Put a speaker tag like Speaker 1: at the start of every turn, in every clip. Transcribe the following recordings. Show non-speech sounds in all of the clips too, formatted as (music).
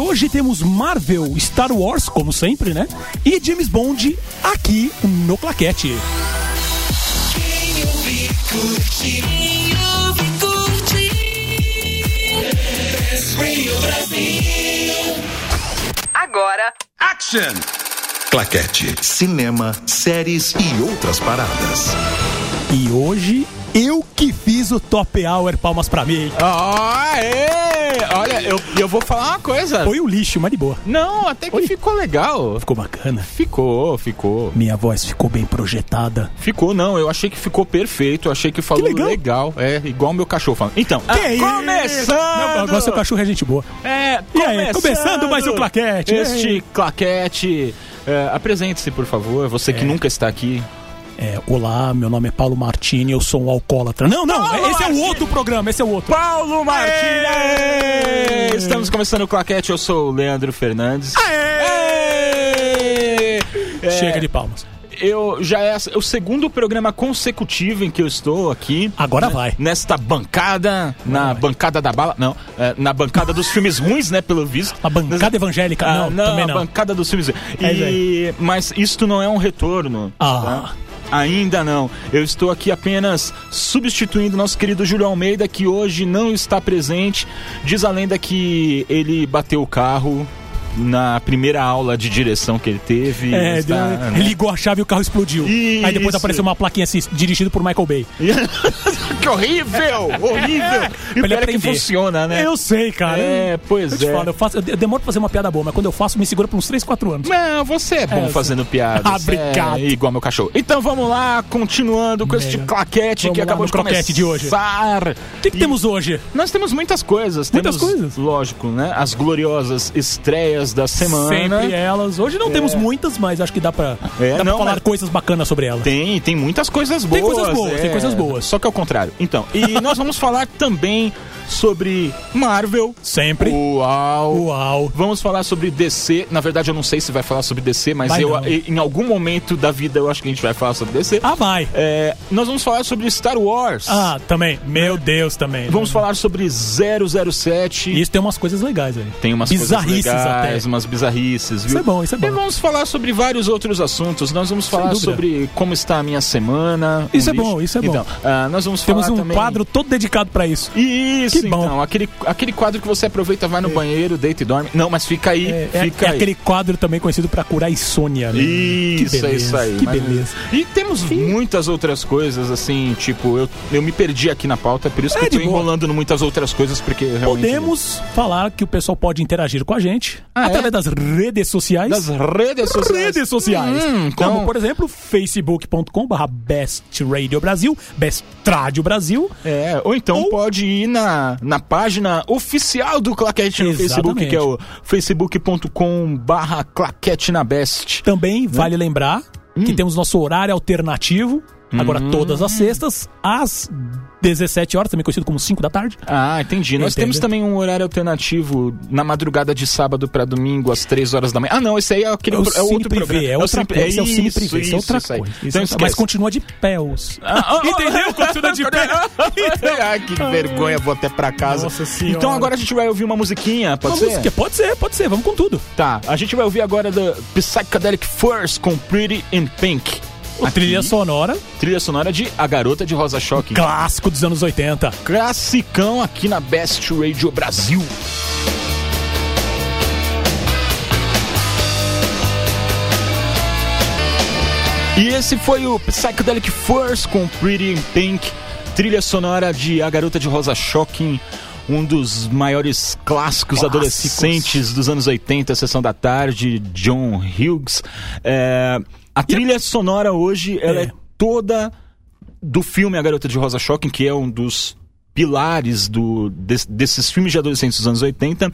Speaker 1: Hoje temos Marvel, Star Wars, como sempre, né? E James Bond aqui no Claquete.
Speaker 2: Quem ouve, curte. Quem ouve, curte. Rio Brasil.
Speaker 3: Agora,
Speaker 4: Action! Claquete, cinema, séries e outras paradas.
Speaker 1: E hoje eu que fiz o Top Hour, palmas pra mim. hein?
Speaker 5: Aê! Olha, eu, eu vou falar uma coisa.
Speaker 1: Foi o lixo, mas de boa.
Speaker 5: Não, até que
Speaker 1: Oi.
Speaker 5: ficou legal.
Speaker 1: Ficou bacana.
Speaker 5: Ficou, ficou.
Speaker 1: Minha voz ficou bem projetada.
Speaker 5: Ficou, não. Eu achei que ficou perfeito. Eu achei que falou
Speaker 1: legal.
Speaker 5: legal. É, igual meu cachorro falando. Então, ah,
Speaker 1: Que isso?
Speaker 5: começando!
Speaker 1: Não, agora seu cachorro é gente boa.
Speaker 5: É,
Speaker 1: E aí, começando mais um claquete.
Speaker 5: Este claquete. é, Apresente-se, por favor. Você que nunca está aqui.
Speaker 1: É, olá, meu nome é Paulo Martini, eu sou um alcoólatra. Não, não,
Speaker 5: Paulo
Speaker 1: esse é o
Speaker 5: Martini.
Speaker 1: outro programa, esse é o outro.
Speaker 5: Paulo
Speaker 1: É.
Speaker 5: Martins! Estamos começando o claquete. Eu sou o Leandro Fernandes. Aê! É,
Speaker 1: Chega de palmas.
Speaker 5: Eu já é o segundo programa consecutivo em que eu estou aqui. Né,
Speaker 1: Agora vai.
Speaker 5: Nesta bancada, na bancada da bala. Não, é, na bancada dos filmes ruins, né? Pelo visto.
Speaker 1: A bancada evangélica,
Speaker 5: Ah,
Speaker 1: não, também
Speaker 5: a
Speaker 1: não.
Speaker 5: bancada dos filmes.
Speaker 1: É isso aí.
Speaker 5: E, mas isto não é um retorno.
Speaker 1: Ah.
Speaker 5: tá? Ainda não. Eu estou aqui apenas substituindo nosso querido Júlio Almeida, que hoje não está presente. Diz a lenda que ele bateu o carro na primeira aula de direção que ele teve.
Speaker 1: É,
Speaker 5: Está,
Speaker 1: deu-
Speaker 5: né?
Speaker 1: ligou a chave e o carro explodiu. Aí depois
Speaker 5: Isso.
Speaker 1: apareceu uma plaquinha assim, dirigido por Michael Bay.
Speaker 5: que horrível! Horrível! E
Speaker 1: Pra ele
Speaker 5: pior é que
Speaker 1: aprender.
Speaker 5: funciona, né?
Speaker 1: Eu sei, cara.
Speaker 5: É, pois
Speaker 1: eu te
Speaker 5: é.
Speaker 1: falo, eu, faço, eu demoro pra fazer uma piada boa, mas quando eu faço, me segura por uns 3, 4 anos.
Speaker 5: Não, você é bom
Speaker 1: É,
Speaker 5: fazendo piada.
Speaker 1: Ah, (laughs) obrigado.
Speaker 5: É, igual meu cachorro. Então vamos lá, continuando com este
Speaker 1: Meu.
Speaker 5: claquete
Speaker 1: Vamos
Speaker 5: que
Speaker 1: lá
Speaker 5: acabou
Speaker 1: no
Speaker 5: de
Speaker 1: croquete
Speaker 5: começar.
Speaker 1: de hoje. O que, que
Speaker 5: E
Speaker 1: temos hoje?
Speaker 5: Nós temos muitas coisas.
Speaker 1: Muitas
Speaker 5: temos,
Speaker 1: coisas.
Speaker 5: Lógico, né? As gloriosas estreias da semana.
Speaker 1: Sempre é. elas. Hoje não temos muitas, mas acho que dá pra,
Speaker 5: É,
Speaker 1: dá pra
Speaker 5: não,
Speaker 1: falar
Speaker 5: mas-
Speaker 1: coisas bacanas sobre elas.
Speaker 5: Tem, tem muitas coisas boas.
Speaker 1: Tem coisas boas, tem coisas boas.
Speaker 5: Só que é o contrário. Então,
Speaker 1: (laughs)
Speaker 5: e nós vamos falar também sobre Marvel.
Speaker 1: Sempre.
Speaker 5: Uau.
Speaker 1: Uau.
Speaker 5: Vamos falar sobre DC. Na verdade, eu não sei se vai falar sobre DC, mas
Speaker 1: Vai
Speaker 5: eu, eh,
Speaker 1: não.
Speaker 5: em algum momento da vida eu acho que a gente vai falar sobre DC.
Speaker 1: Ah, vai.
Speaker 5: É, nós vamos falar sobre Star Wars.
Speaker 1: Ah, também. Meu Deus, também.
Speaker 5: Vamos falar sobre 007.
Speaker 1: E Isso tem umas coisas legais aí.
Speaker 5: Tem umas
Speaker 1: Bizarrices
Speaker 5: coisas legais,
Speaker 1: até.
Speaker 5: umas bizarrices, viu?
Speaker 1: Isso é bom, isso é bom.
Speaker 5: E vamos falar sobre vários outros assuntos. Nós vamos falar
Speaker 1: dúvida.
Speaker 5: sobre como está a minha semana.
Speaker 1: Isso é
Speaker 5: lixo.
Speaker 1: bom, isso é bom.
Speaker 5: Então, ah, nós vamos
Speaker 1: Temos
Speaker 5: falar
Speaker 1: um
Speaker 5: também...
Speaker 1: quadro todo dedicado pra isso.
Speaker 5: Isso,
Speaker 1: Que bom.
Speaker 5: então. Aquele, aquele quadro que você aproveita, vai no banheiro, deita e dorme. Não, mas fica aí,
Speaker 1: É, é-
Speaker 5: fica
Speaker 1: é
Speaker 5: aí.
Speaker 1: aquele quadro também conhecido pra curar insônia. Né?
Speaker 5: Isso,
Speaker 1: Que beleza,
Speaker 5: é isso aí. é
Speaker 1: Que
Speaker 5: mais ou
Speaker 1: beleza.
Speaker 5: menos. E temos muitas outras coisas, assim, tipo, eu, eu me perdi aqui na pauta, por isso
Speaker 1: É,
Speaker 5: que eu tô
Speaker 1: de boa.
Speaker 5: enrolando em muitas outras coisas, porque realmente.
Speaker 1: Podemos falar que o pessoal pode interagir com a gente
Speaker 5: Ah, é?
Speaker 1: através das redes sociais.
Speaker 5: Das redes sociais.
Speaker 1: redes sociais.
Speaker 5: Hum,
Speaker 1: Como,
Speaker 5: então-
Speaker 1: por exemplo, facebook.com.br Best Radio Brasil, Best Rádio Brasil.
Speaker 5: É, ou então
Speaker 1: Ou-
Speaker 5: pode ir na, na página oficial do Claquete no Facebook,
Speaker 1: Exatamente.
Speaker 5: que é o facebook.com barra claquete na best.
Speaker 1: Também vale lembrar
Speaker 5: Hum.
Speaker 1: que temos nosso horário alternativo, agora todas as sextas, às 17 horas, também conhecido como 5 da tarde.
Speaker 5: Ah, entendi. Nós
Speaker 1: Entendeu?
Speaker 5: temos também um horário alternativo na madrugada de sábado pra domingo, às três horas da manhã. Ah, não, esse aí é aquele
Speaker 1: É o
Speaker 5: pro- é
Speaker 1: Cine
Speaker 5: outro
Speaker 1: Privé,
Speaker 5: programa.
Speaker 1: é outra
Speaker 5: Cine-
Speaker 1: coisa, é o Cine
Speaker 5: isso,
Speaker 1: Privé, isso é outra
Speaker 5: isso aí.
Speaker 1: coisa. Isso
Speaker 5: Então
Speaker 1: é outra- mas
Speaker 5: esquece.
Speaker 1: continua de pé os...
Speaker 5: Ah,
Speaker 1: (laughs)
Speaker 5: ah,
Speaker 1: Entendeu? (laughs) Continua de pé.
Speaker 5: (laughs) Ai, que vergonha, vou até pra casa.
Speaker 1: Nossa senhora.
Speaker 5: Então agora a gente vai ouvir uma musiquinha, pode
Speaker 1: Uma
Speaker 5: ser?
Speaker 1: música, pode ser, pode ser, vamos com tudo.
Speaker 5: Tá, a gente vai ouvir agora da Psychedelic Furs com Pretty in Pink.
Speaker 1: A trilha sonora,
Speaker 5: Trilha sonora de A Garota de Rosa Choque.
Speaker 1: clássico dos anos 80.
Speaker 5: Classicão aqui na Best Radio Brasil. E esse foi o Psychedelic Force com Pretty in Pink, trilha sonora de A Garota de Rosa Shocking, um dos maiores clássicos, adolescentes dos anos 80, Sessão da Tarde, John Hughes. É, a trilha sonora hoje ela é.
Speaker 1: É.
Speaker 5: toda do filme A Garota de Rosa Shocking, que é um dos pilares do, des- desses filmes de adolescentes dos anos 80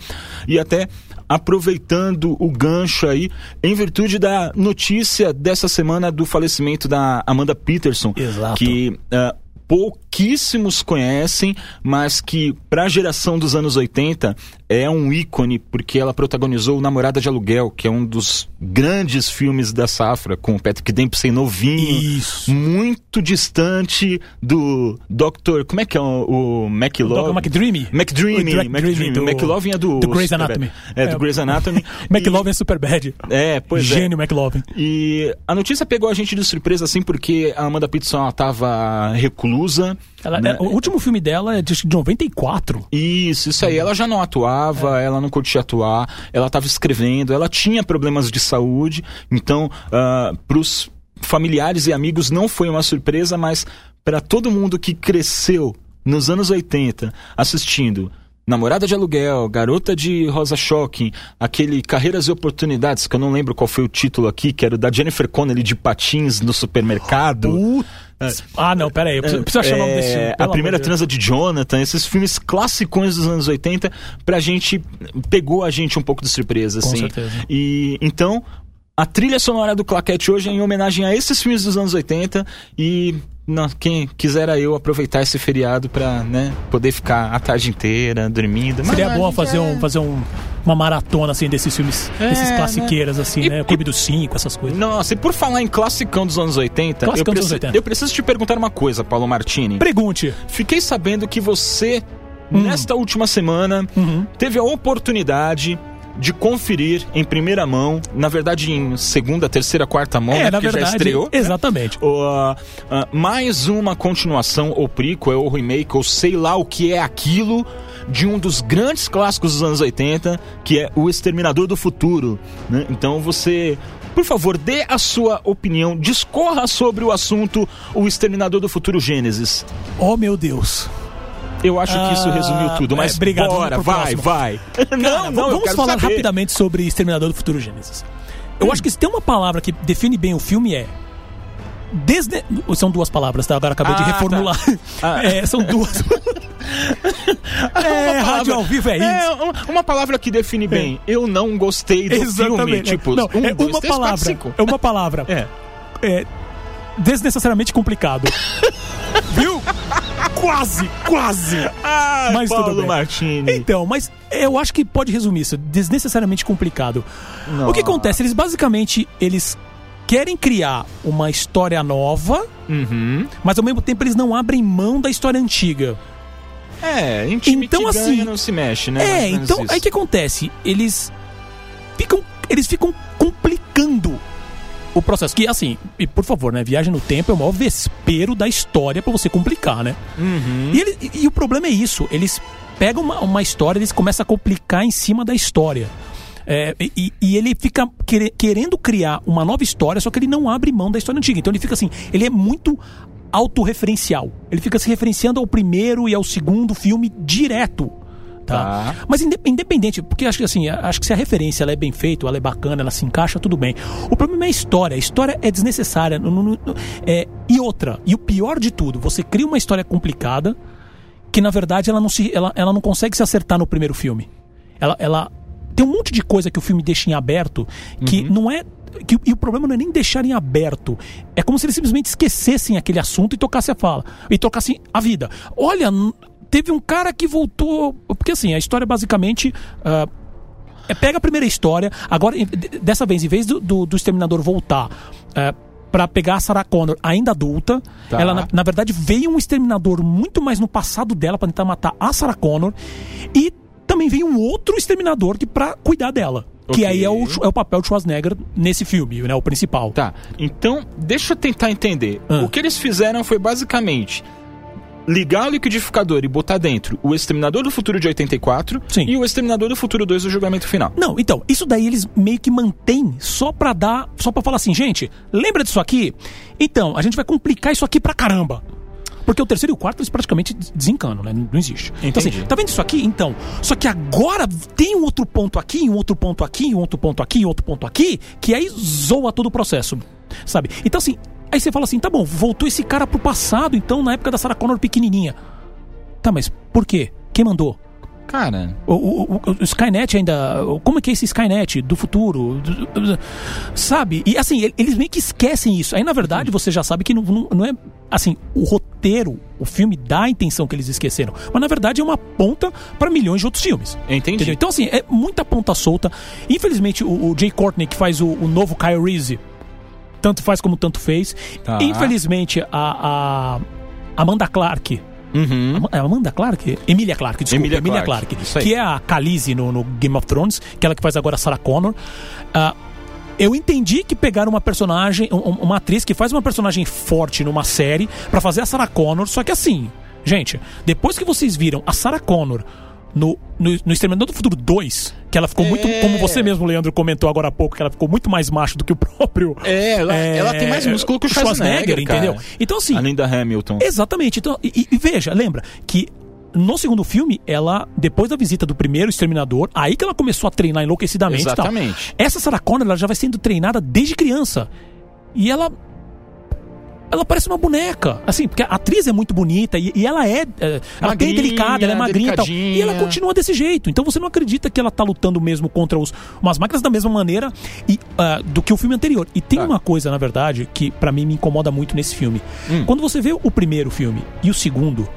Speaker 5: e até aproveitando o gancho aí em virtude da notícia dessa semana do falecimento da Amanda Peterson,
Speaker 1: Exato.
Speaker 5: que ah, pouquíssimos conhecem, mas que para a geração dos anos 80 é um ícone porque ela protagonizou o Namorada de Aluguel, que é um dos grandes filmes da safra, com o Patrick Dempsey novinho,
Speaker 1: Isso.
Speaker 5: muito distante do Dr. Como é que é o, o
Speaker 1: Dr.
Speaker 5: McLovin?
Speaker 1: McDreamy.
Speaker 5: McDreamy,
Speaker 1: O Dr.
Speaker 5: McDreamy.
Speaker 1: do-
Speaker 5: O McLovin é do...
Speaker 1: do Grey's Anatomy.
Speaker 5: É, do
Speaker 1: (laughs)
Speaker 5: Grey's Anatomy.
Speaker 1: McLovin é super bad.
Speaker 5: E- É, pois é.
Speaker 1: Gênio McLovin.
Speaker 5: E a notícia pegou a gente de surpresa, assim, porque a Amanda Peterson ela tava reclusa.
Speaker 1: Ela-
Speaker 5: né?
Speaker 1: é, o último filme dela é de, de 94.
Speaker 5: Isso, isso aí. Ela já não atuava, ela não curtia atuar, ela tava escrevendo, ela tinha problemas de saúde. Então, ah, pros familiares e amigos não foi uma surpresa, mas para todo mundo que cresceu nos anos 80 assistindo Namorada de Aluguel, Garota de Rosa Shocking, aquele Carreiras e Oportunidades, que eu não lembro qual foi o título aqui, que era o da Jennifer Connelly de patins no supermercado.
Speaker 1: Ah, não, pera aí. Eu preciso, preciso achar o nome
Speaker 5: É,
Speaker 1: desse filme.
Speaker 5: A
Speaker 1: pelo
Speaker 5: primeira
Speaker 1: amor de Deus.
Speaker 5: transa de Jonathan, esses filmes clássicos dos anos 80, pra gente. pegou a gente um pouco de surpresa,
Speaker 1: Com
Speaker 5: assim.
Speaker 1: certeza.
Speaker 5: E então, a trilha sonora do Claquete hoje é em homenagem a esses filmes dos anos 80 e. não, quem quisera eu aproveitar esse feriado pra, né, poder ficar a tarde inteira dormindo. Mas
Speaker 1: Seria
Speaker 5: a
Speaker 1: bom
Speaker 5: gente
Speaker 1: fazer,
Speaker 5: é-
Speaker 1: um, fazer um- uma maratona, assim, desses filmes, desses
Speaker 5: né?
Speaker 1: classiqueiras, assim,
Speaker 5: E-
Speaker 1: né? Clube dos Cinco, essas coisas.
Speaker 5: Nossa, e por falar em classicão dos anos 80, eu,
Speaker 1: Classicão dos anos
Speaker 5: preci-
Speaker 1: 80.
Speaker 5: eu preciso te perguntar uma coisa, Paulo Martini.
Speaker 1: Pergunte.
Speaker 5: Fiquei sabendo que você, nesta última semana,
Speaker 1: Hum. Uhum.
Speaker 5: teve a oportunidade de conferir em primeira mão, na verdade em segunda, terceira, quarta mão, né,
Speaker 1: É, na
Speaker 5: porque já
Speaker 1: verdade.
Speaker 5: estreou.
Speaker 1: Exatamente.
Speaker 5: o, ah, ah, mais uma continuação ou prequel ou remake ou sei lá o que é aquilo de um dos grandes clássicos dos anos 80 que é o Exterminador do Futuro né? então você por favor dê a sua opinião discorra sobre o assunto o Exterminador do Futuro Gênesis
Speaker 1: Oh, meu Deus.
Speaker 5: eu acho que isso
Speaker 1: Ah,
Speaker 5: resumiu tudo, mas
Speaker 1: é, obrigado, vamos
Speaker 5: bora,
Speaker 1: pro
Speaker 5: vai,
Speaker 1: próximo.
Speaker 5: vai.
Speaker 1: Cara,
Speaker 5: Ah, eu
Speaker 1: Então, vamos
Speaker 5: quero
Speaker 1: falar
Speaker 5: saber.
Speaker 1: rapidamente sobre Exterminador do Futuro Gênesis. Eu acho que se tem uma palavra que define bem o filme é. Desde... São duas palavras, tá? Agora acabei de
Speaker 5: Ah, tá.
Speaker 1: reformular.
Speaker 5: Ah.
Speaker 1: É, são
Speaker 5: (laughs)
Speaker 1: duas. é, rádio ao vivo é isso. É.
Speaker 5: É, um- uma palavra que define bem. Eu não gostei do filme.
Speaker 1: Exatamente.
Speaker 5: Tipo,
Speaker 1: Não,
Speaker 5: um,
Speaker 1: é
Speaker 5: dois,
Speaker 1: uma
Speaker 5: três,
Speaker 1: palavra.
Speaker 5: quatro, cinco.
Speaker 1: É uma palavra.
Speaker 5: É.
Speaker 1: É desnecessariamente
Speaker 5: (laughs)
Speaker 1: complicado. Viu? Quase, quase.
Speaker 5: Ah,
Speaker 1: Mas tudo
Speaker 5: Paulo
Speaker 1: bem.
Speaker 5: Martini.
Speaker 1: Então, mas eu acho que pode resumir isso. Desnecessariamente complicado.
Speaker 5: Nossa.
Speaker 1: O que acontece? Eles basicamente eles querem criar uma história nova,
Speaker 5: Uhum.
Speaker 1: mas ao mesmo tempo eles não abrem mão da história antiga.
Speaker 5: É, em time
Speaker 1: Então,
Speaker 5: que ganha
Speaker 1: assim,
Speaker 5: não se mexe, né? Mais
Speaker 1: É,
Speaker 5: ou menos
Speaker 1: então
Speaker 5: isso.
Speaker 1: aí que acontece? Eles ficam, eles ficam complicando o processo. Que assim, e por favor, né? Viagem no tempo é o maior vespero da história pra você complicar, né?
Speaker 5: Uhum.
Speaker 1: E, ele- e- e o problema é isso. Eles pegam uma, uma história, eles começam a complicar em cima da história. É, e, e ele fica quere- querendo criar uma nova história, só que ele não abre mão da história antiga. Então ele fica assim, ele é muito autorreferencial. Ele fica se referenciando ao primeiro e ao segundo filme direto. Tá?
Speaker 5: Tá.
Speaker 1: Mas inde- independente, porque acho que assim, a- acho que se a referência ela é bem feita, ela é bacana, ela se encaixa, tudo bem. O problema é a história. A história é desnecessária. não- não- não- é, e outra, e o pior de tudo, você cria uma história complicada que na verdade ela não, se, ela, ela não consegue se acertar no primeiro filme. Ela, ela tem um monte de coisa que o filme deixa em aberto que não é. Que, e o problema não é nem deixar em aberto. É como se eles simplesmente esquecessem aquele assunto e tocassem a fala. E tocassem a vida. Olha, n- teve um cara que voltou. Porque assim, a história basicamente. ah, é, pega a primeira história, agora, em- d- dessa vez, em vez do, do, do Exterminador voltar é, para pegar a Sarah Connor ainda adulta,
Speaker 5: Tá.
Speaker 1: ela, na, na verdade, veio um Exterminador muito mais no passado dela para tentar matar a Sarah Connor e também veio um outro Exterminador que para cuidar dela.
Speaker 5: Ok.
Speaker 1: Que aí é o, Sch- é o papel de Schwarzenegger nesse filme, né? O principal.
Speaker 5: Tá, então deixa eu tentar entender.
Speaker 1: Ah.
Speaker 5: O que eles fizeram foi basicamente ligar o liquidificador e botar dentro o Exterminador do Futuro de 84
Speaker 1: Sim.
Speaker 5: e o Exterminador do Futuro 2 do Julgamento Final.
Speaker 1: Não, então, isso daí eles meio que mantêm só pra dar, só pra falar assim, gente, lembra disso aqui? Então, a gente vai complicar isso aqui pra caramba. Porque o terceiro e o quarto eles praticamente des- desencanam, né? Não não existe. Então, assim,
Speaker 5: Entendi.
Speaker 1: tá vendo isso aqui? Então, só que agora tem um outro ponto aqui, um outro ponto aqui, um outro ponto aqui, um outro ponto aqui, que aí zoa todo o processo, sabe? Então, assim, aí você fala assim, tá bom, voltou esse cara pro passado, então, na época da Sarah Connor pequenininha. Tá, mas por quê? Quem mandou?
Speaker 5: Cara,
Speaker 1: O, o- o- o Skynet ainda. Como é que é esse Skynet do futuro? Do- do- do- Sabe? E assim, ele- eles meio que esquecem isso. Aí, na verdade, você já sabe que não, não- não é. Assim, o roteiro, o filme dá a intenção que eles esqueceram. Mas na verdade é uma ponta para milhões de outros filmes.
Speaker 5: entendi.
Speaker 1: Entendeu? Então, assim, é muita ponta solta. Infelizmente, o, o Jay Courtney, que faz o, o novo Kyle Reese, tanto faz como tanto fez.
Speaker 5: Tá.
Speaker 1: Infelizmente, a, a Amanda Clark.
Speaker 5: Uhum.
Speaker 1: É Amanda Clark? Emília Clark, desculpa.
Speaker 5: Emilia
Speaker 1: Emília
Speaker 5: Clarke,
Speaker 1: Clark.
Speaker 5: isso aí.
Speaker 1: que é a Khaleesi no, no Game of Thrones, que é ela que faz agora a Sarah Connor. Ah, eu entendi que pegaram uma personagem, um- um- uma atriz que faz uma personagem forte numa série pra fazer a Sarah Connor, só que assim, gente, depois que vocês viram a Sarah Connor no, no, no Exterminador do Futuro 2, que ela ficou muito,
Speaker 5: É.
Speaker 1: como você mesmo, Leandro, comentou agora há pouco, que ela ficou muito mais macho do que o (laughs) próprio.
Speaker 5: É, ela- ela tem mais músculo que o Schwarzenegger,
Speaker 1: entendeu?
Speaker 5: cara.
Speaker 1: Então, assim,
Speaker 5: Além da Hamilton.
Speaker 1: Exatamente. Então, e, e veja, lembra que no segundo filme, ela, depois da visita do primeiro exterminador, aí que ela começou a treinar enlouquecidamente. e tal.
Speaker 5: Exatamente.
Speaker 1: Essa Sarah Connor ela já vai sendo treinada desde criança. E ela. Ela parece uma boneca. Assim, porque a atriz é muito bonita e, e ela é. é, ela tem
Speaker 5: Magrinha,
Speaker 1: delicada, ela é magrinha e tal. E ela
Speaker 5: delicadinha.
Speaker 1: continua desse jeito. Então você não acredita que ela tá lutando mesmo contra os, umas máquinas da mesma maneira e, ah, do que o filme anterior. E tem
Speaker 5: Tá.
Speaker 1: uma coisa, na verdade, que pra mim me incomoda muito nesse filme.
Speaker 5: Hum.
Speaker 1: Quando você vê o primeiro filme e o segundo,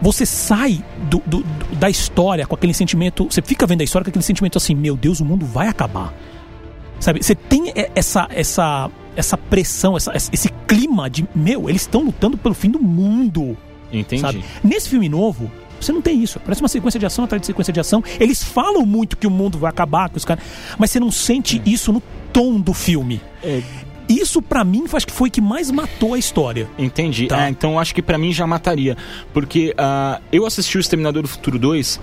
Speaker 1: você sai do- do- do- da história com aquele sentimento. Você fica vendo a história com aquele sentimento assim: meu Deus, o mundo vai acabar. Sabe? Você tem e- essa, essa, essa pressão, essa- esse clima de: meu, eles estão lutando pelo fim do mundo.
Speaker 5: Entendi.
Speaker 1: Sabe? Nesse filme novo, você não tem isso. Parece uma sequência de ação atrás de sequência de ação. Eles falam muito que o mundo vai acabar, que os caras. Mas você não sente isso no tom do filme.
Speaker 5: É.
Speaker 1: Isso, pra mim, acho que foi o que mais matou a história.
Speaker 5: Entendi.
Speaker 1: Tá.
Speaker 5: Ah, então acho que pra mim já mataria. Porque ah, eu assisti o Exterminador do Futuro 2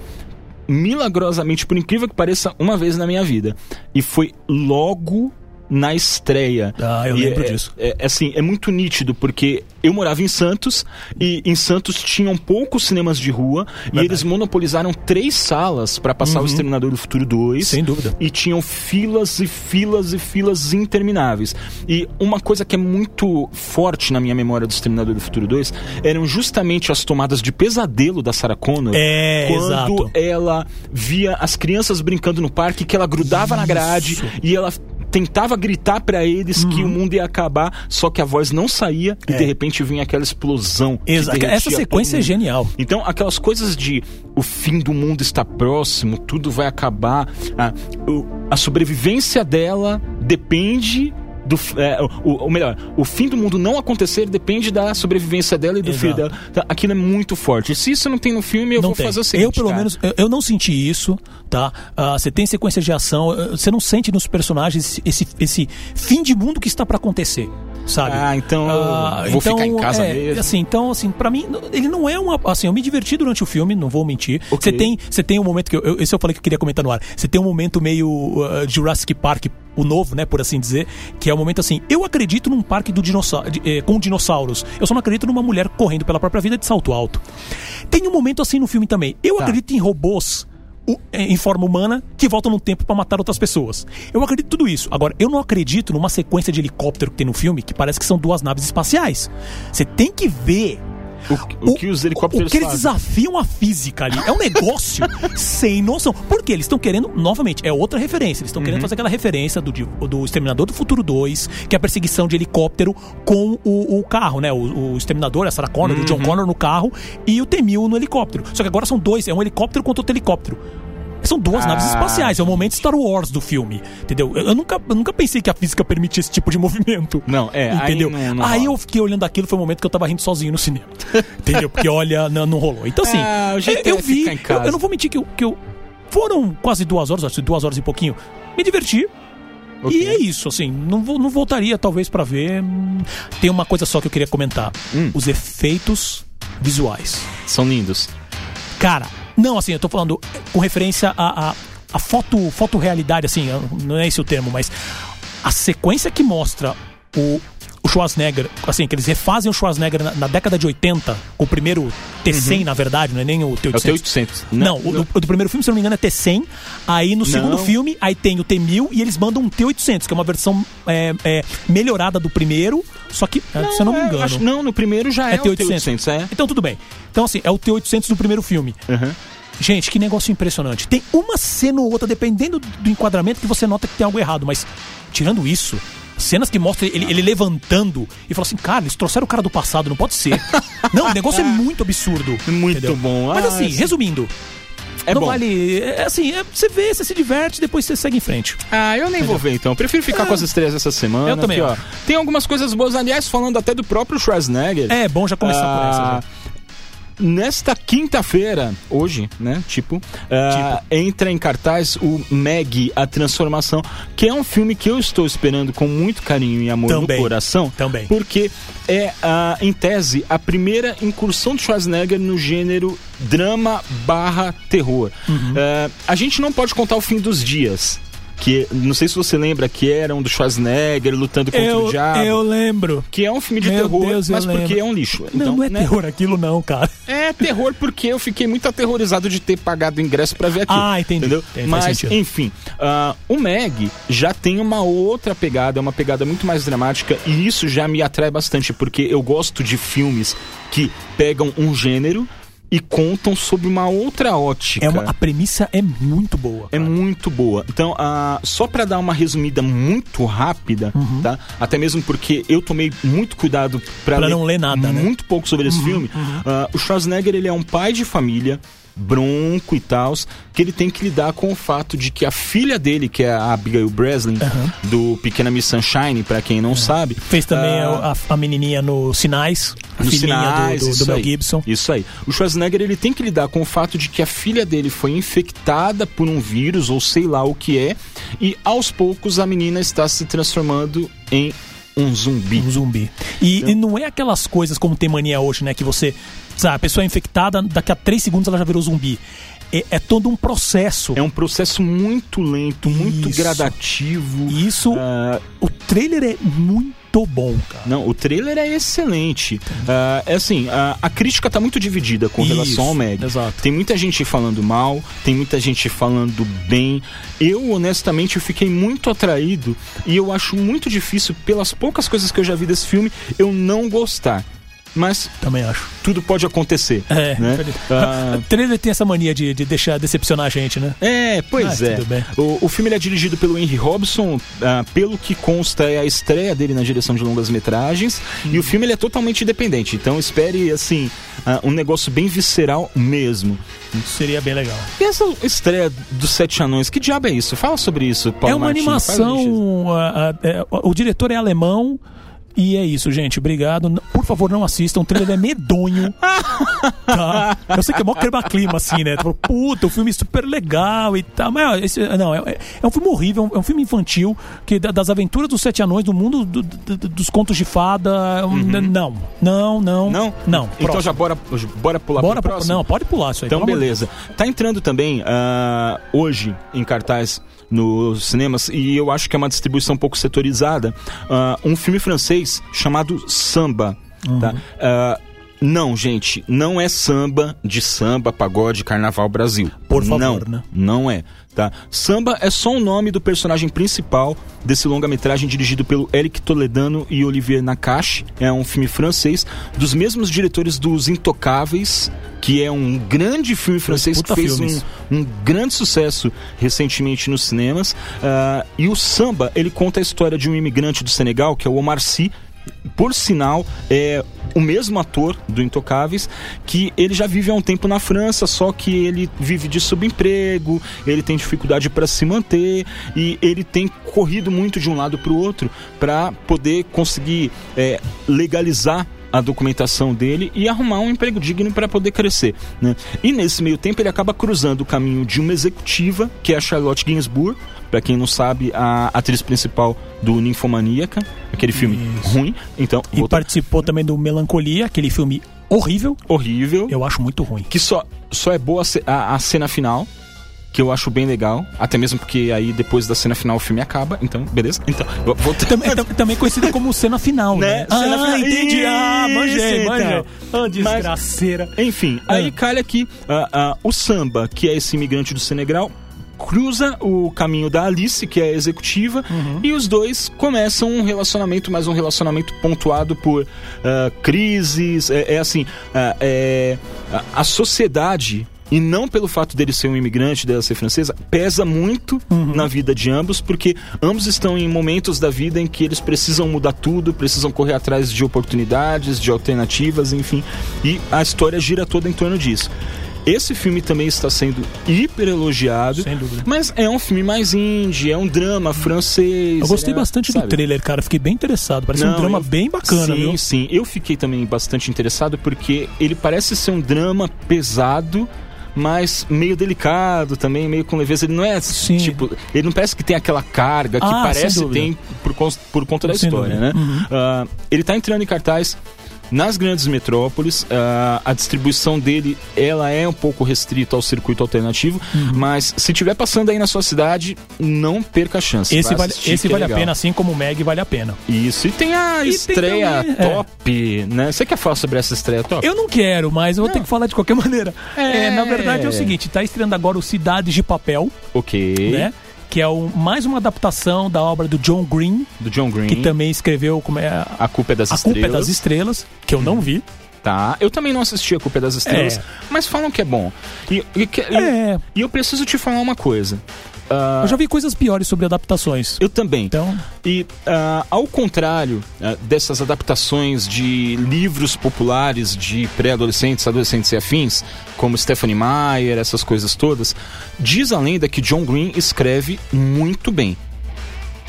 Speaker 5: milagrosamente, por incrível que pareça, uma vez na minha vida. E foi logo na estreia.
Speaker 1: Ah, eu
Speaker 5: E
Speaker 1: lembro
Speaker 5: é-
Speaker 1: disso.
Speaker 5: É, é assim, é muito nítido, porque eu morava em Santos e em Santos tinham poucos cinemas de rua e eles monopolizaram três salas pra passar o Exterminador do Futuro 2.
Speaker 1: Uhum. Sem dúvida.
Speaker 5: E tinham filas e filas e filas intermináveis. E uma coisa que é muito forte na minha memória do Exterminador do Futuro 2 eram justamente as tomadas de pesadelo da Sarah Connor.
Speaker 1: É,
Speaker 5: quando
Speaker 1: exato.
Speaker 5: ela via as crianças brincando no parque, que ela grudava na grade
Speaker 1: Isso. Uhum.
Speaker 5: e ela tentava gritar pra eles que o mundo ia acabar, só que a voz não saía e de repente vinha aquela explosão. que
Speaker 1: Exato.
Speaker 5: derretia
Speaker 1: É. Essa sequência
Speaker 5: todo
Speaker 1: é
Speaker 5: mundo.
Speaker 1: genial.
Speaker 5: Então, aquelas coisas de o fim do mundo está próximo, tudo vai acabar, a, o- a sobrevivência dela depende do. f- É, o, ou melhor, o fim do mundo não acontecer depende da sobrevivência dela e do
Speaker 1: Exato.
Speaker 5: filho dela. Tá, Aquilo é muito forte. Se isso não tem no filme, eu
Speaker 1: não
Speaker 5: vou
Speaker 1: tem.
Speaker 5: fazer o seguinte.
Speaker 1: eu, pelo
Speaker 5: cara.
Speaker 1: menos, eu, eu não senti isso, tá? Ah, Você tem sequência de ação, eh, você não sente nos personagens esse, esse fim de mundo que está pra acontecer, sabe?
Speaker 5: Ah, então eu
Speaker 1: Ah,
Speaker 5: vou ficar em casa
Speaker 1: é,
Speaker 5: mesmo.
Speaker 1: Assim, então, assim, pra mim, n- ele não é uma. Assim, eu me diverti durante o filme, não vou mentir. Você
Speaker 5: Ok.
Speaker 1: tem você tem um momento que. Eu, eu- esse eu falei que eu queria comentar no ar. Você tem um momento meio ah, Jurassic Park, o novo, né, por assim dizer, que é o momento assim. Eu acredito num parque do dinossauro, com dinossauros. Eu só não acredito numa mulher correndo pela própria vida de salto alto. Tem um momento assim no filme também. Eu acredito em robôs. o- eh, Em forma humana, que voltam no tempo pra matar outras pessoas. Eu acredito em tudo isso. Agora, eu não acredito numa sequência de helicóptero que tem no filme que parece que são duas naves espaciais. Você tem que ver
Speaker 5: O, o que os helicópteros
Speaker 1: o que eles
Speaker 5: fazem.
Speaker 1: desafiam a física ali. É um
Speaker 5: (laughs)
Speaker 1: negócio sem noção. Porque eles estão querendo, novamente, é outra referência. Eles estão
Speaker 5: Uhum.
Speaker 1: querendo fazer aquela referência do, di- do Exterminador do Futuro 2, que é a perseguição de helicóptero com o, o carro, né? O, o Exterminador, a Sarah Connor, o
Speaker 5: Uhum.
Speaker 1: John Connor no carro e o T-1000 no helicóptero. Só que agora são dois, é um helicóptero contra outro helicóptero. São duas
Speaker 5: Ah,
Speaker 1: naves espaciais, é o momento Star Wars do filme, entendeu? Eu, eu nunca, eu nunca pensei que a física permitia esse tipo de movimento.
Speaker 5: Não, é, aí
Speaker 1: Entendeu?
Speaker 5: não- não
Speaker 1: Aí
Speaker 5: rola.
Speaker 1: eu fiquei olhando aquilo, foi o momento que eu tava rindo sozinho no cinema. (laughs) Entendeu? Porque olha, não, não rolou. Então assim,
Speaker 5: Ah, o jeito
Speaker 1: eu, eu
Speaker 5: é
Speaker 1: vi,
Speaker 5: ficar em
Speaker 1: eu,
Speaker 5: casa.
Speaker 1: eu não vou mentir que eu, que eu- foram quase duas horas, acho que duas horas e pouquinho. Me diverti.
Speaker 5: Ok.
Speaker 1: E é isso, assim, não, vou, não voltaria talvez pra ver. Hum, Tem uma coisa só que eu queria comentar:
Speaker 5: Hum.
Speaker 1: os efeitos visuais.
Speaker 5: São lindos.
Speaker 1: Cara, não, assim, eu tô falando com referência à, à, à foto, fotorrealidade, assim, eu- não é esse o termo, mas a sequência que mostra o, o Schwarzenegger, assim, que eles refazem o Schwarzenegger na, na década de 80, com o primeiro T100, na verdade, não é nem o
Speaker 5: Uhum. É o
Speaker 1: T800.
Speaker 5: T800.
Speaker 1: Não, o do, o do primeiro filme, se eu não me engano, é T100. Aí no segundo filme, aí tem o T1000 e eles mandam um T800, que é uma versão é, é, melhorada do primeiro, só que, se eu não me
Speaker 5: é,
Speaker 1: engano.
Speaker 5: acho- não, no primeiro já é,
Speaker 1: É
Speaker 5: o
Speaker 1: T800.
Speaker 5: T800, é.
Speaker 1: Então tudo bem. Então assim, é o T800 do primeiro filme.
Speaker 5: Uhum.
Speaker 1: Gente, que negócio impressionante. Tem uma cena ou outra, dependendo do enquadramento, que você nota que tem algo errado, mas tirando isso. Cenas que mostram ele, ele levantando e fala assim: Cara, eles trouxeram o cara do passado, não pode
Speaker 5: (laughs)
Speaker 1: ser. não, o negócio é muito absurdo.
Speaker 5: Muito bom.
Speaker 1: Mas
Speaker 5: Ah,
Speaker 1: assim,
Speaker 5: sim.
Speaker 1: resumindo,
Speaker 5: É
Speaker 1: não
Speaker 5: bom.
Speaker 1: vale. É assim, é- você vê, você se diverte, depois você segue em frente.
Speaker 5: Ah, eu nem vou ver então. Eu Prefiro ficar com as estrelas essa semana.
Speaker 1: É. Eu também
Speaker 5: porque, ó,
Speaker 1: acho.
Speaker 5: Tem algumas coisas boas, aliás, falando até do próprio Schwarzenegger.
Speaker 1: É bom já começar por essa. né?
Speaker 5: Ah,
Speaker 1: gente.
Speaker 5: Nesta quinta-feira, hoje, né? Tipo, ah, entra em cartaz o Meg, A Transformação, que é um filme que eu estou esperando com muito carinho e amor
Speaker 1: Também.
Speaker 5: no coração.
Speaker 1: Também.
Speaker 5: Porque é, ah, em tese, a primeira incursão de Schwarzenegger no gênero drama barra terror.
Speaker 1: Uhum.
Speaker 5: Ah, a gente não pode contar o fim dos dias. Que não sei se você lembra que era um do Schwarzenegger lutando contra o
Speaker 1: Eu,
Speaker 5: diabo.
Speaker 1: eu lembro.
Speaker 5: Que é um filme de
Speaker 1: Meu
Speaker 5: terror,
Speaker 1: Deus, eu
Speaker 5: mas porque
Speaker 1: lembro.
Speaker 5: é um lixo.
Speaker 1: Não,
Speaker 5: Então,
Speaker 1: não é
Speaker 5: né?
Speaker 1: terror aquilo, não, cara.
Speaker 5: É terror porque eu fiquei muito aterrorizado de ter pagado o ingresso pra ver aquilo.
Speaker 1: Ah, entendi.
Speaker 5: Entendeu?
Speaker 1: Entendi, faz
Speaker 5: Mas,
Speaker 1: sentido.
Speaker 5: enfim, ah, o Meg já tem uma outra pegada, é uma pegada muito mais dramática e isso já me atrai bastante porque eu gosto de filmes que pegam um gênero e contam sobre uma outra ótica.
Speaker 1: É uma, a premissa é muito boa.
Speaker 5: É
Speaker 1: cara.
Speaker 5: muito boa. Então, ah, só pra dar uma resumida muito rápida,
Speaker 1: Uhum.
Speaker 5: tá? Até mesmo porque eu tomei muito cuidado pra,
Speaker 1: Pra não ler nada, né? uhum.
Speaker 5: Muito pouco sobre esse filme. Ah, o Schwarzenegger, ele é um pai de família, bronco e tal, que ele tem que lidar com o fato de que a filha dele, que é a Abigail Breslin, do Pequena Miss Sunshine, pra quem
Speaker 1: É.
Speaker 5: não sabe...
Speaker 1: Fez também
Speaker 5: ah,
Speaker 1: a, a menininha no Sinais, a
Speaker 5: nos
Speaker 1: filhinha
Speaker 5: sinais,
Speaker 1: do, do, do
Speaker 5: isso
Speaker 1: Mel
Speaker 5: aí.
Speaker 1: Gibson.
Speaker 5: Isso aí. O Schwarzenegger ele tem que lidar com o fato de que a filha dele foi infectada por um vírus ou sei lá o que é, e aos poucos a menina está se transformando em um zumbi.
Speaker 1: Um zumbi. E, e não é aquelas coisas como tem mania hoje, né? Que você. Sabe, a pessoa é infectada, daqui a três segundos ela já virou zumbi. É, é todo um processo.
Speaker 5: É um processo muito lento, muito
Speaker 1: Isso.
Speaker 5: gradativo.
Speaker 1: E isso,
Speaker 5: Ah,
Speaker 1: o trailer é muito bom, cara.
Speaker 5: não, o trailer é excelente. Ah, é assim, ah, a crítica tá muito dividida com
Speaker 1: Isso,
Speaker 5: relação ao Meg.
Speaker 1: exato.
Speaker 5: Tem muita gente falando mal, tem muita gente falando bem. Eu, honestamente, eu fiquei muito atraído e eu acho muito difícil, pelas poucas coisas que eu já vi desse filme, eu não gostar. Mas
Speaker 1: Também acho.
Speaker 5: tudo pode acontecer.
Speaker 1: É,
Speaker 5: né?
Speaker 1: infeliz-
Speaker 5: Ah,
Speaker 1: (laughs) O trailer tem essa mania de, de deixar decepcionar a gente, né?
Speaker 5: é, pois
Speaker 1: Ah,
Speaker 5: é.
Speaker 1: tudo bem.
Speaker 5: O, o filme ele é dirigido pelo Henry Robson, ah, pelo que consta é a estreia dele na direção de longas metragens. E
Speaker 1: Uhum.
Speaker 5: o filme ele é totalmente independente, então espere assim ah, um negócio bem visceral mesmo.
Speaker 1: Seria bem legal.
Speaker 5: E essa estreia dos Sete Anões, que diabo é isso? Fala sobre isso, Paulo
Speaker 1: é uma
Speaker 5: Martins, faz a gente-
Speaker 1: animação. ah, ah, é, o diretor é alemão. E é isso, gente. Obrigado. N- Por favor, não assistam. O trailer é
Speaker 5: (laughs)
Speaker 1: medonho. tá? Eu sei que é mó clima assim, né? Tipo, puta, o filme é super legal e tal. Mas ó, esse- não, é, é um filme horrível. é um- É um filme infantil que da- das aventuras dos sete anões, do mundo do- do- do- dos contos de fada. um, n- Não, não, não.
Speaker 5: Uhum. Não?
Speaker 1: Não.
Speaker 5: Então
Speaker 1: próximo.
Speaker 5: já bora, bora pular
Speaker 1: Bora
Speaker 5: pro
Speaker 1: pra,
Speaker 5: próximo?
Speaker 1: Não, pode pular isso aí.
Speaker 5: Então,
Speaker 1: pelo amor de
Speaker 5: beleza. Tá entrando também ah, hoje em cartaz nos cinemas, e eu acho que é uma distribuição um pouco setorizada, ah, um filme francês chamado Samba. Tá?
Speaker 1: Uhum.
Speaker 5: Ah, não, gente, não é samba de samba, pagode, carnaval Brasil.
Speaker 1: Por favor,
Speaker 5: não,
Speaker 1: né?
Speaker 5: Não é. Tá? Samba é só o nome do personagem principal desse longa-metragem dirigido pelo Eric Toledano e Olivier Nakache. É um filme francês dos mesmos diretores dos Intocáveis, que é um grande filme francês
Speaker 1: puta
Speaker 5: que fez
Speaker 1: filmes.
Speaker 5: um, um grande sucesso recentemente nos cinemas. Ah, e o samba, ele conta a história de um imigrante do Senegal, que é o Omar Sy. Por sinal, é o mesmo ator do Intocáveis, que ele já vive há um tempo na França, só que ele vive de subemprego, ele tem dificuldade para se manter e ele tem corrido muito de um lado para o outro para poder conseguir é, legalizar a documentação dele e arrumar um emprego digno para poder crescer. Né? E nesse meio tempo ele acaba cruzando o caminho de uma executiva, que é a Charlotte Gainsbourg, para quem não sabe, a atriz principal do Ninfomaníaca, aquele filme
Speaker 1: Isso.
Speaker 5: ruim, então
Speaker 1: E
Speaker 5: volta-
Speaker 1: participou também do Melancolia, aquele filme horrível.
Speaker 5: horrível,
Speaker 1: Eu acho muito ruim.
Speaker 5: que só, só é boa a ce- a, a cena final. Que eu acho bem legal, até mesmo porque aí depois da cena final o filme acaba, então, beleza? Então, vo- voltando.
Speaker 1: Também, tam- também conhecido como cena final, né?
Speaker 5: Né? Cena
Speaker 1: ah,
Speaker 5: final.
Speaker 1: entendi. Ah, manjei,
Speaker 5: Isso,
Speaker 1: manjei.
Speaker 5: então.
Speaker 1: Ah, desgraceira.
Speaker 5: Enfim, aí
Speaker 1: Ah.
Speaker 5: calha que ah, ah, o Samba, que é esse imigrante do Senegal, cruza o caminho da Alice, que é a executiva, e os dois começam um relacionamento, mas um relacionamento pontuado por ah, crises. É, é assim, ah, é, a- a sociedade e não pelo fato dele ser um imigrante, dela ser francesa, pesa muito
Speaker 1: Uhum.
Speaker 5: na vida de ambos, porque ambos estão em momentos da vida em que eles precisam mudar tudo, precisam correr atrás de oportunidades, de alternativas, enfim. E a história gira toda em torno disso. Esse filme também está sendo hiper elogiado.
Speaker 1: Sem dúvida.
Speaker 5: Mas é um filme mais indie, é um drama francês.
Speaker 1: Eu gostei
Speaker 5: ele é,
Speaker 1: bastante do
Speaker 5: sabe?
Speaker 1: trailer, cara. Fiquei bem interessado. Parece um
Speaker 5: Não,
Speaker 1: drama
Speaker 5: eu-
Speaker 1: bem bacana,
Speaker 5: sim,
Speaker 1: viu?
Speaker 5: Sim, eu fiquei também bastante interessado porque ele parece ser um drama pesado, mas meio delicado também, meio com leveza. Ele não é
Speaker 1: Sim.
Speaker 5: tipo, ele não parece que tem aquela carga que
Speaker 1: Ah, sem
Speaker 5: parece
Speaker 1: dúvida.
Speaker 5: tem por, cons- por conta da
Speaker 1: Sem
Speaker 5: história,
Speaker 1: dúvida. Uhum.
Speaker 5: né? Ah, ele tá entrando em cartaz nas grandes metrópoles, Ah, a distribuição dele ela é um pouco restrita ao circuito alternativo,
Speaker 1: Uhum.
Speaker 5: mas se tiver passando aí na sua cidade, não perca a chance.
Speaker 1: Esse
Speaker 5: Vai
Speaker 1: vale,
Speaker 5: assistir,
Speaker 1: esse
Speaker 5: que é
Speaker 1: vale a
Speaker 5: legal.
Speaker 1: pena, assim como o Meg vale a pena.
Speaker 5: Isso, e tem
Speaker 1: E
Speaker 5: a
Speaker 1: tem
Speaker 5: estreia
Speaker 1: também, é.
Speaker 5: top, né? Você quer falar sobre essa estreia top?
Speaker 1: Eu não quero, mas eu vou ter que falar de qualquer maneira.
Speaker 5: É.
Speaker 1: É, na verdade é o seguinte, tá estreando agora o Cidades de Papel,
Speaker 5: Ok.
Speaker 1: né? Que é um- mais uma adaptação da obra do John Green,
Speaker 5: Do John Green.
Speaker 1: que também escreveu como é, A
Speaker 5: A Culpa é das
Speaker 1: Culpa
Speaker 5: Estrelas.
Speaker 1: é das Estrelas, que eu não vi.
Speaker 5: Tá. Eu também não assisti A Culpa é das Estrelas,
Speaker 1: É.
Speaker 5: mas falam que é bom. E, e que-
Speaker 1: É.
Speaker 5: e eu preciso te falar uma coisa. Ah,
Speaker 1: Eu já vi coisas piores sobre adaptações.
Speaker 5: eu também.
Speaker 1: Então,
Speaker 5: E ah, ao contrário ah, dessas adaptações de livros populares de pré-adolescentes, adolescentes e afins, como Stephanie Meyer, essas coisas todas, diz a lenda que John Green escreve muito bem.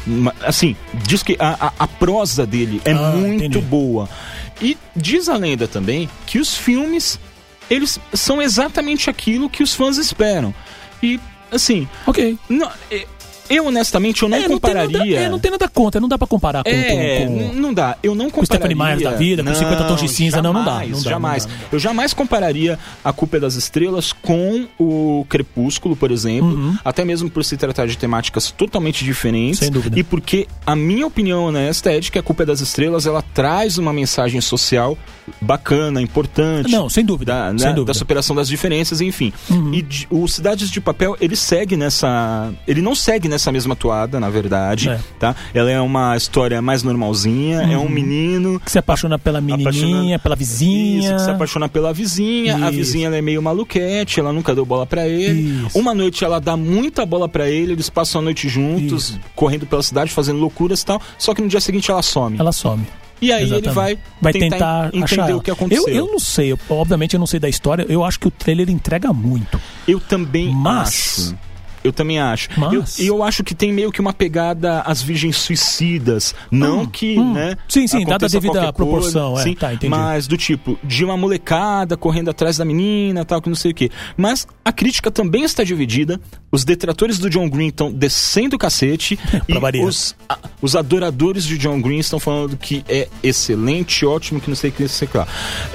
Speaker 5: Ma- Assim, diz que a, a- a prosa dele é
Speaker 1: Ah,
Speaker 5: muito
Speaker 1: entendi.
Speaker 5: boa. E diz a lenda também que os filmes, eles são exatamente aquilo que os fãs esperam. E, assim,
Speaker 1: ok.
Speaker 5: não- eu honestamente eu não
Speaker 1: é, não tem,
Speaker 5: compararia...
Speaker 1: nada, é, não tem nada contra, não dá pra comparar com...
Speaker 5: É,
Speaker 1: com- com-
Speaker 5: n- não dá. Eu não compararia.
Speaker 1: Stephanie Meyer da vida, com 50 tons de cinza, não, não dá,
Speaker 5: jamais,
Speaker 1: não dá, não
Speaker 5: jamais.
Speaker 1: dá, não dá.
Speaker 5: Eu jamais compararia A Culpa é das Estrelas com o Crepúsculo, por exemplo. Até mesmo por se tratar de temáticas totalmente diferentes.
Speaker 1: Uhum. Sem dúvida.
Speaker 5: E porque a minha opinião honesta é de que A Culpa é das Estrelas, ela traz uma mensagem social bacana, importante.
Speaker 1: Não, sem dúvida,
Speaker 5: Da, né,
Speaker 1: sem dúvida. Uhum.
Speaker 5: da superação das diferenças, enfim. E de- o Cidades de Papel, ele segue nessa. Ele não segue nessa mesma toada, na verdade.
Speaker 1: É. Uhum.
Speaker 5: Tá? Ela é uma história mais normalzinha, é um menino.
Speaker 1: Que se apaixona pela menininha,
Speaker 5: Apaixona-
Speaker 1: pela vizinha.
Speaker 5: Isso, que se apaixona pela vizinha, a
Speaker 1: Isso.
Speaker 5: vizinha ela é meio maluquete, ela nunca deu bola pra ele.
Speaker 1: Isso.
Speaker 5: Uma noite ela dá muita bola pra ele, eles passam a noite juntos,
Speaker 1: Isso.
Speaker 5: correndo pela cidade, fazendo loucuras e tal. Só que no dia seguinte ela some.
Speaker 1: Ela some.
Speaker 5: E aí ele
Speaker 1: Exatamente.
Speaker 5: vai,
Speaker 1: tentar,
Speaker 5: entender
Speaker 1: achar ela.
Speaker 5: o que aconteceu.
Speaker 1: Eu, eu não sei, eu- obviamente eu não sei da história. Eu acho que o trailer entrega muito.
Speaker 5: Eu também
Speaker 1: Mas-
Speaker 5: acho. Eu também acho.
Speaker 1: Mas-
Speaker 5: Eu, eu acho que tem meio que uma pegada às virgens suicidas. Não que, né?
Speaker 1: Hum, Sim, sim, dada a
Speaker 5: aconteça
Speaker 1: devida
Speaker 5: qualquer
Speaker 1: proporção, é.
Speaker 5: sim,
Speaker 1: Tá, entendi.
Speaker 5: Mas do tipo, de uma molecada correndo atrás da menina, tal, que não sei o quê. Mas a crítica também está dividida. Os detratores do John Green estão descendo o
Speaker 1: (laughs)
Speaker 5: cacete.
Speaker 1: Pra
Speaker 5: e
Speaker 1: variar.
Speaker 5: os, a- os adoradores de John Green estão falando que é excelente, ótimo, que não sei o que, não sei o que lá.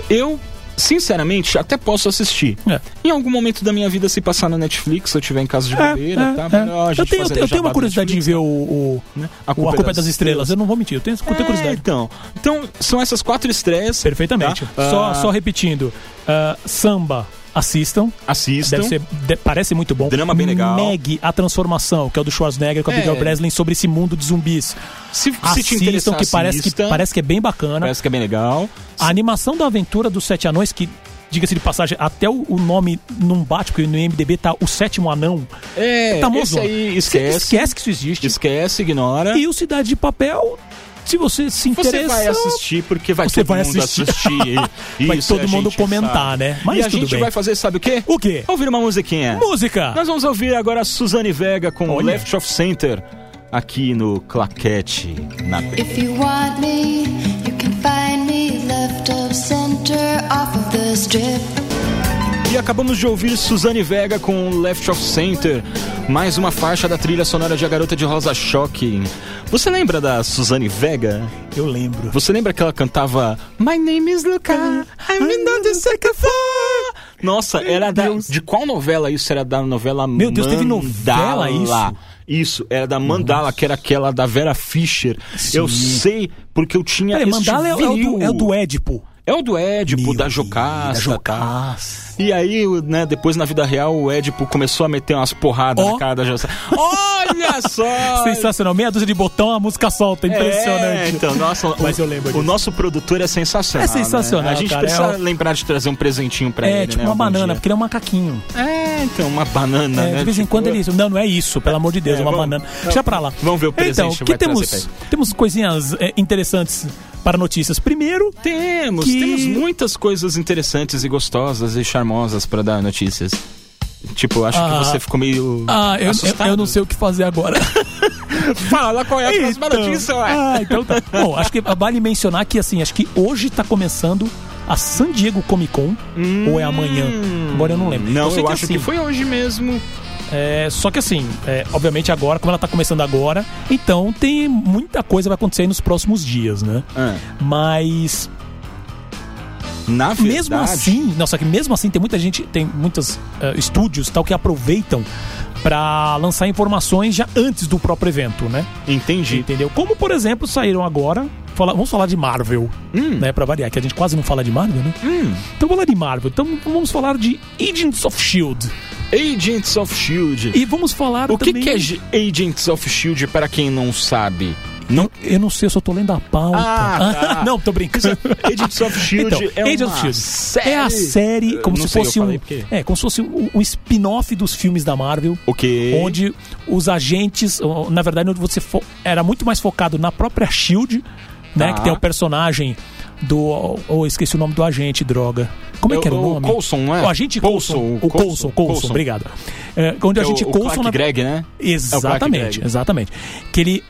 Speaker 5: Eu, sinceramente, até posso assistir.
Speaker 1: É.
Speaker 5: Em algum momento da minha vida, se passar na Netflix, se eu tiver em casa de bobeira,
Speaker 1: É,
Speaker 5: tá?
Speaker 1: é.
Speaker 5: Ó, a
Speaker 1: Eu
Speaker 5: gente
Speaker 1: tenho, eu
Speaker 5: fazendo
Speaker 1: tenho
Speaker 5: jabá
Speaker 1: uma
Speaker 5: da
Speaker 1: curiosidade de
Speaker 5: Netflix,
Speaker 1: ver o, o,
Speaker 5: né?
Speaker 1: o A Culpa é das Estrelas. Eu não vou mentir, eu tenho, eu tenho
Speaker 5: É,
Speaker 1: curiosidade.
Speaker 5: então. Então, são essas quatro estreias.
Speaker 1: Perfeitamente.
Speaker 5: Tá?
Speaker 1: Só,
Speaker 5: Ah,
Speaker 1: só repetindo: ah, samba, assistam.
Speaker 5: Assistam.
Speaker 1: Deve ser, de- parece muito bom.
Speaker 5: Drama bem legal.
Speaker 1: Meg, a transformação, que é o do Schwarzenegger com a
Speaker 5: É.
Speaker 1: Abigail Breslin sobre esse mundo de zumbis.
Speaker 5: Se, se te
Speaker 1: assistam,
Speaker 5: interessar,
Speaker 1: que parece, que
Speaker 5: assista.
Speaker 1: parece que é bem bacana.
Speaker 5: Parece que é bem legal.
Speaker 1: A animação da aventura dos sete anões, que, diga-se de passagem, até o, o nome não bate, porque no IMDB tá o sétimo anão.
Speaker 5: É,
Speaker 1: tá
Speaker 5: esse
Speaker 1: mozão.
Speaker 5: aí esquece.
Speaker 1: Esquece que isso existe.
Speaker 5: Esquece, ignora.
Speaker 1: E o Cidade de Papel, se você se
Speaker 5: Você
Speaker 1: interessa...
Speaker 5: vai assistir porque vai
Speaker 1: Você
Speaker 5: todo
Speaker 1: vai
Speaker 5: mundo
Speaker 1: assistir.
Speaker 5: e
Speaker 1: (laughs) Vai
Speaker 5: isso
Speaker 1: todo
Speaker 5: a
Speaker 1: mundo
Speaker 5: gente
Speaker 1: comentar,
Speaker 5: sabe.
Speaker 1: né? Mas
Speaker 5: e a
Speaker 1: tudo
Speaker 5: gente
Speaker 1: bem.
Speaker 5: vai fazer, sabe o quê?
Speaker 1: O quê?
Speaker 5: Ouvir uma musiquinha.
Speaker 1: Música!
Speaker 5: Nós vamos ouvir agora a Suzane Vega com
Speaker 1: Olha.
Speaker 5: Left of Center aqui no Claquete na
Speaker 6: If you want me, you can find me left of center off of the strip.
Speaker 5: E acabamos de ouvir Suzane Vega com Left of Center, mais uma faixa da trilha sonora de A Garota de Rosa Shocking. Você lembra da Suzane Vega?
Speaker 1: Eu lembro.
Speaker 5: Você lembra que ela cantava My name is Luca, I'm not the second for. Nossa, era da, de qual novela isso? Era da novela
Speaker 1: Meu Deus, teve novela
Speaker 5: Mandala. Isso, era da Mandala, que era aquela da Vera Fischer. Eu sei porque eu tinha
Speaker 1: Peraí,
Speaker 5: este
Speaker 1: Mandala é, o- é o
Speaker 5: vinil.
Speaker 1: do, é o do Édipo.
Speaker 5: É o do Édipo,
Speaker 1: Meu
Speaker 5: da
Speaker 1: Deus,
Speaker 5: Jocasta. tá?
Speaker 1: Jocasta.
Speaker 5: E aí, o- né, depois na vida real, o Édipo começou a meter umas porradas
Speaker 1: Ó.
Speaker 5: na cara da Jocasta. Olha
Speaker 1: (laughs)
Speaker 5: só!
Speaker 1: Sensacional. Meia dúzia de botão, a música solta.
Speaker 5: É,
Speaker 1: Impressionante.
Speaker 5: então, nossa,
Speaker 1: Mas
Speaker 5: o,
Speaker 1: eu lembro
Speaker 5: o
Speaker 1: disso.
Speaker 5: nosso produtor é sensacional.
Speaker 1: É sensacional,
Speaker 5: né? A gente
Speaker 1: cara,
Speaker 5: precisa
Speaker 1: é o-
Speaker 5: lembrar de trazer um presentinho pra
Speaker 1: É,
Speaker 5: ele.
Speaker 1: tipo
Speaker 5: né,
Speaker 1: uma
Speaker 5: algum
Speaker 1: banana,
Speaker 5: dia.
Speaker 1: porque ele é um macaquinho.
Speaker 5: É, então, uma banana.
Speaker 1: É,
Speaker 5: né?
Speaker 1: de vez em
Speaker 5: Tipo,
Speaker 1: quando ele. Não, não é isso, pelo amor de Deus,
Speaker 5: É,
Speaker 1: é uma
Speaker 5: vamos-
Speaker 1: banana. Deixa pra lá.
Speaker 5: vamos ver o presente
Speaker 1: Então,
Speaker 5: que
Speaker 1: que,
Speaker 5: vai trazer
Speaker 1: temos? Temos coisinhas é, interessantes para notícias. Primeiro,
Speaker 5: Temos,
Speaker 1: Que-
Speaker 5: temos muitas coisas interessantes e gostosas e charmosas pra dar notícias. Tipo, eu acho
Speaker 1: Ah.
Speaker 5: que você ficou meio.
Speaker 1: ah, eu, eu,
Speaker 5: assustado.
Speaker 1: eu não sei o que fazer
Speaker 5: (laughs)
Speaker 1: agora.
Speaker 5: Fala qual é a próxima notícia, ué.
Speaker 1: ah, então tá. Bom, acho que vale mencionar que assim, acho que hoje tá começando a San Diego Comic Con, ou é amanhã? Agora eu não lembro.
Speaker 5: Não,
Speaker 1: sei
Speaker 5: eu acho que
Speaker 1: assim,
Speaker 5: foi hoje mesmo.
Speaker 1: É, só que assim, é, obviamente agora, como ela tá começando agora, então tem muita coisa vai acontecer aí nos próximos dias, né? Mas
Speaker 5: Ah, Na verdade.
Speaker 1: mesmo assim, não, só que mesmo assim tem muita gente, tem muitos eh, estúdios tal que aproveitam pra lançar informações já antes do próprio evento, né?
Speaker 5: Entendi.
Speaker 1: Entendeu? Como por exemplo saíram agora, fala- vamos falar de Marvel,
Speaker 5: Hum.
Speaker 1: né? Para variar, que a gente quase não fala de Marvel, né? Então vamos falar de Marvel. Então vamos falar de Agents of Shield
Speaker 5: Agents of Shield.
Speaker 1: e vamos falar
Speaker 5: O que,
Speaker 1: também-
Speaker 5: que é G- Agents of Shield para quem não sabe?
Speaker 1: Não, eu não sei, eu só tô lendo a pauta.
Speaker 5: Ah,
Speaker 1: (laughs)
Speaker 5: tá.
Speaker 1: não, tô brincando.
Speaker 5: Agents of Shield
Speaker 1: Então,
Speaker 5: é
Speaker 1: Agents
Speaker 5: uma
Speaker 1: of Shield
Speaker 5: série.
Speaker 1: É a série como
Speaker 5: Eu não
Speaker 1: se
Speaker 5: sei,
Speaker 1: fosse
Speaker 5: eu
Speaker 1: um,
Speaker 5: falei porque-
Speaker 1: é, como se fosse um, um spin-off dos filmes da Marvel.
Speaker 5: Ok.
Speaker 1: onde os agentes, ou, na verdade, onde você fo- era muito mais focado na própria Shield, né?
Speaker 5: Tá.
Speaker 1: Que tem o personagem do. Ou esqueci o nome do agente, droga. Como é
Speaker 5: É
Speaker 1: que era o
Speaker 5: o- o
Speaker 1: nome?
Speaker 5: Coulson, não é?
Speaker 1: O agente
Speaker 5: Coulson,
Speaker 1: Coulson.
Speaker 5: o
Speaker 1: O Coulson,
Speaker 5: Coulson,
Speaker 1: Coulson, obrigado. É, onde
Speaker 5: É
Speaker 1: o agente
Speaker 5: o, o
Speaker 1: Coulson.
Speaker 5: Clark
Speaker 1: na-
Speaker 5: Gregg, né?
Speaker 1: Exatamente,
Speaker 5: Gregg.
Speaker 1: exatamente. Que ele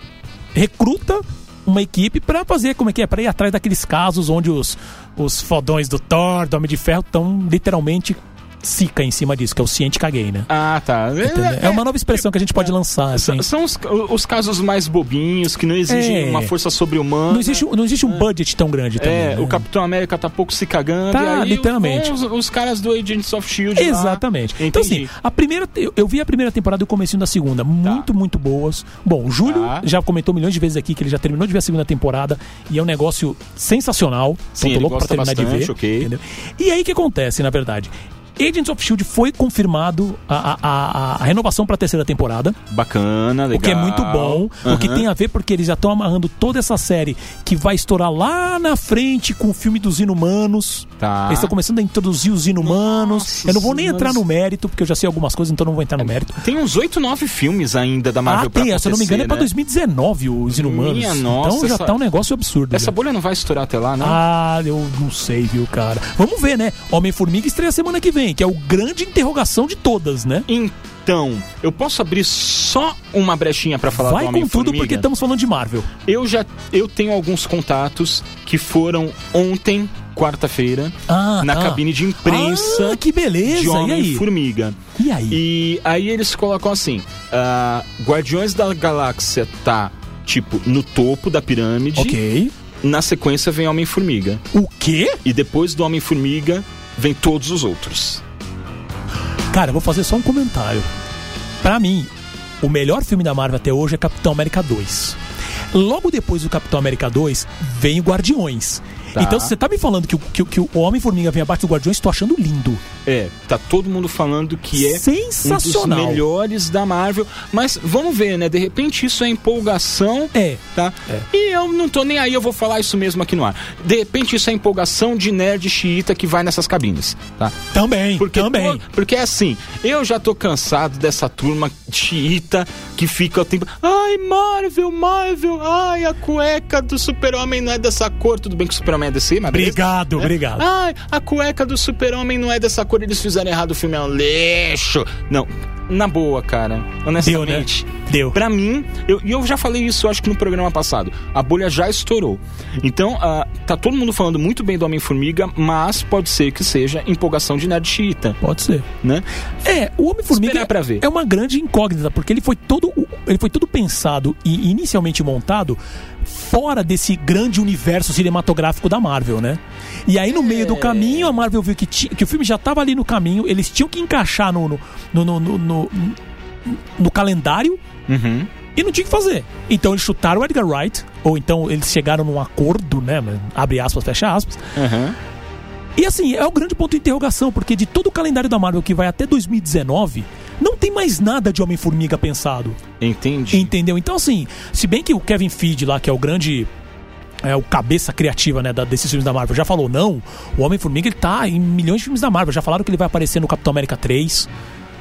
Speaker 1: recruta uma equipe pra fazer, como é que é? Pra ir atrás daqueles casos onde os, os fodões do Thor, do Homem de Ferro, estão literalmente sica em cima disso, que é o ciente caguei, né?
Speaker 5: Ah, tá.
Speaker 1: Entendeu? É uma nova expressão que a gente pode lançar, assim.
Speaker 5: S- São os, os casos mais bobinhos, que não exigem
Speaker 1: É.
Speaker 5: uma força sobre-humana.
Speaker 1: Não existe, não existe um budget tão grande também.
Speaker 5: É,
Speaker 1: né?
Speaker 5: o Capitão América tá pouco se cagando.
Speaker 1: Tá,
Speaker 5: e aí
Speaker 1: literalmente.
Speaker 5: Os, os caras do Agents of Shield. lá.
Speaker 1: Exatamente. Então,
Speaker 5: Tá? Entendi.
Speaker 1: assim, a primeira. Eu, eu vi a primeira temporada e o comecinho da segunda. Muito, muito boas. Bom, o Júlio
Speaker 5: Tá.
Speaker 1: já comentou milhões de vezes aqui que ele já terminou de ver a segunda temporada e é um negócio sensacional. então
Speaker 5: Sim, ele
Speaker 1: tô louco pra terminar
Speaker 5: gosta
Speaker 1: de
Speaker 5: bastante,
Speaker 1: ver.
Speaker 5: ok.
Speaker 1: entendeu? E aí o que acontece, na verdade? Agents of Shield foi confirmado a, a- a- a renovação para a terceira temporada.
Speaker 5: Bacana, legal.
Speaker 1: O que é muito bom, o que
Speaker 5: Aham.
Speaker 1: tem a ver porque eles já estão amarrando toda essa série que vai estourar lá na frente com o filme dos inumanos.
Speaker 5: Tá.
Speaker 1: Eles estão começando a introduzir os inumanos.
Speaker 5: Nossa
Speaker 1: eu não vou nem
Speaker 5: Senhora.
Speaker 1: entrar no mérito, porque eu já sei algumas coisas, então não vou entrar no mérito.
Speaker 5: Tem uns 8, 9 filmes ainda da Marvel
Speaker 1: ah, tem,
Speaker 5: pra
Speaker 1: se eu não me engano, é pra
Speaker 5: acontecer, né?
Speaker 1: 2019 os inumanos.
Speaker 5: Minha nossa,
Speaker 1: então já
Speaker 5: essa-
Speaker 1: tá um negócio absurdo.
Speaker 5: Essa
Speaker 1: já.
Speaker 5: bolha não vai estourar até lá, não?
Speaker 1: Ah, eu não sei, viu, cara. Vamos ver, né? Homem-Formiga estreia semana que vem, que é o grande interrogação de todas, né?
Speaker 5: Então, eu posso abrir só uma brechinha pra falar
Speaker 1: Vai
Speaker 5: do
Speaker 1: com tudo,
Speaker 5: Homem-Formiga?
Speaker 1: porque estamos falando de Marvel.
Speaker 5: Eu já eu tenho alguns contatos que foram ontem, quarta-feira,
Speaker 1: Ah,
Speaker 5: na
Speaker 1: tá.
Speaker 5: cabine de imprensa
Speaker 1: Ah, que beleza.
Speaker 5: de
Speaker 1: e aí?
Speaker 5: Homem-Formiga.
Speaker 1: E aí?
Speaker 5: E aí eles colocam assim: ah, Guardiões da Galáxia tá, tipo, no topo da pirâmide.
Speaker 1: Ok.
Speaker 5: Na sequência vem Homem-Formiga.
Speaker 1: O quê?
Speaker 5: E depois do Homem-Formiga vem todos os outros.
Speaker 1: Cara, eu vou fazer só um comentário. Pra mim, o melhor filme da Marvel até hoje é Capitão América 2. Logo depois do Capitão América 2, vem o Guardiões.
Speaker 5: Tá.
Speaker 1: Então, se você tá me falando que, o- que, o- que o Homem-Formiga vem abaixo do Guardiões, tô achando lindo.
Speaker 5: É, tá todo mundo falando que é
Speaker 1: Sensacional.
Speaker 5: um dos melhores da Marvel. Mas vamos ver, né? De repente isso é empolgação.
Speaker 1: É.
Speaker 5: Tá? E eu não tô nem aí, eu vou falar isso mesmo aqui no ar. De repente isso é empolgação de nerd xiita que vai nessas cabines, tá?
Speaker 1: Também,
Speaker 5: Porque,
Speaker 1: também.
Speaker 5: pô, porque é assim, eu já tô cansado dessa turma xiita que fica o tempo. Ai, Marvel, Marvel, ai, a cueca do super-homem não é dessa cor. Tudo bem que o super-homem é DC, mas. beleza.
Speaker 1: Obrigado, obrigado.
Speaker 5: Ai, Ah, a cueca do super-homem não é dessa cor, eles fizeram errado, o filme é um lixo. Não, na boa, cara.
Speaker 1: Deu, né?
Speaker 5: Honestamente.
Speaker 1: Deu.
Speaker 5: Pra mim, eu- e eu, já falei isso, acho que no programa passado, a bolha já estourou. Então, ah, tá todo mundo falando muito bem do Homem-Formiga, mas pode ser que seja empolgação de nerd chita,
Speaker 1: Pode ser.
Speaker 5: né?
Speaker 1: É, o Homem-Formiga
Speaker 5: Esperar pra ver.
Speaker 1: é uma grande incógnita, porque ele foi todo ele foi todo pensado e inicialmente montado fora desse grande universo cinematográfico da Marvel, né? E aí no meio
Speaker 5: É.
Speaker 1: do caminho, a Marvel viu que, ti- que o filme já tava ali no caminho, eles tinham que encaixar no no, no, no, no- no- no calendário
Speaker 5: Uhum.
Speaker 1: E não tinha o que fazer. Então eles chutaram o Edgar Wright, ou então eles chegaram num acordo, né? Abre aspas, fecha aspas. E assim, é o grande ponto de interrogação, porque de todo o calendário da Marvel que vai até 2019, não tem mais nada de Homem-Formiga pensado.
Speaker 5: Entendi.
Speaker 1: Entendeu? Então, assim, se bem que o Kevin Feige lá, que é o grande. É o cabeça criativa, né, da, desses filmes da Marvel. Já falou, não. O Homem-Formiga, ele tá em milhões de filmes da Marvel. Já falaram que ele vai aparecer no Capitão América 3,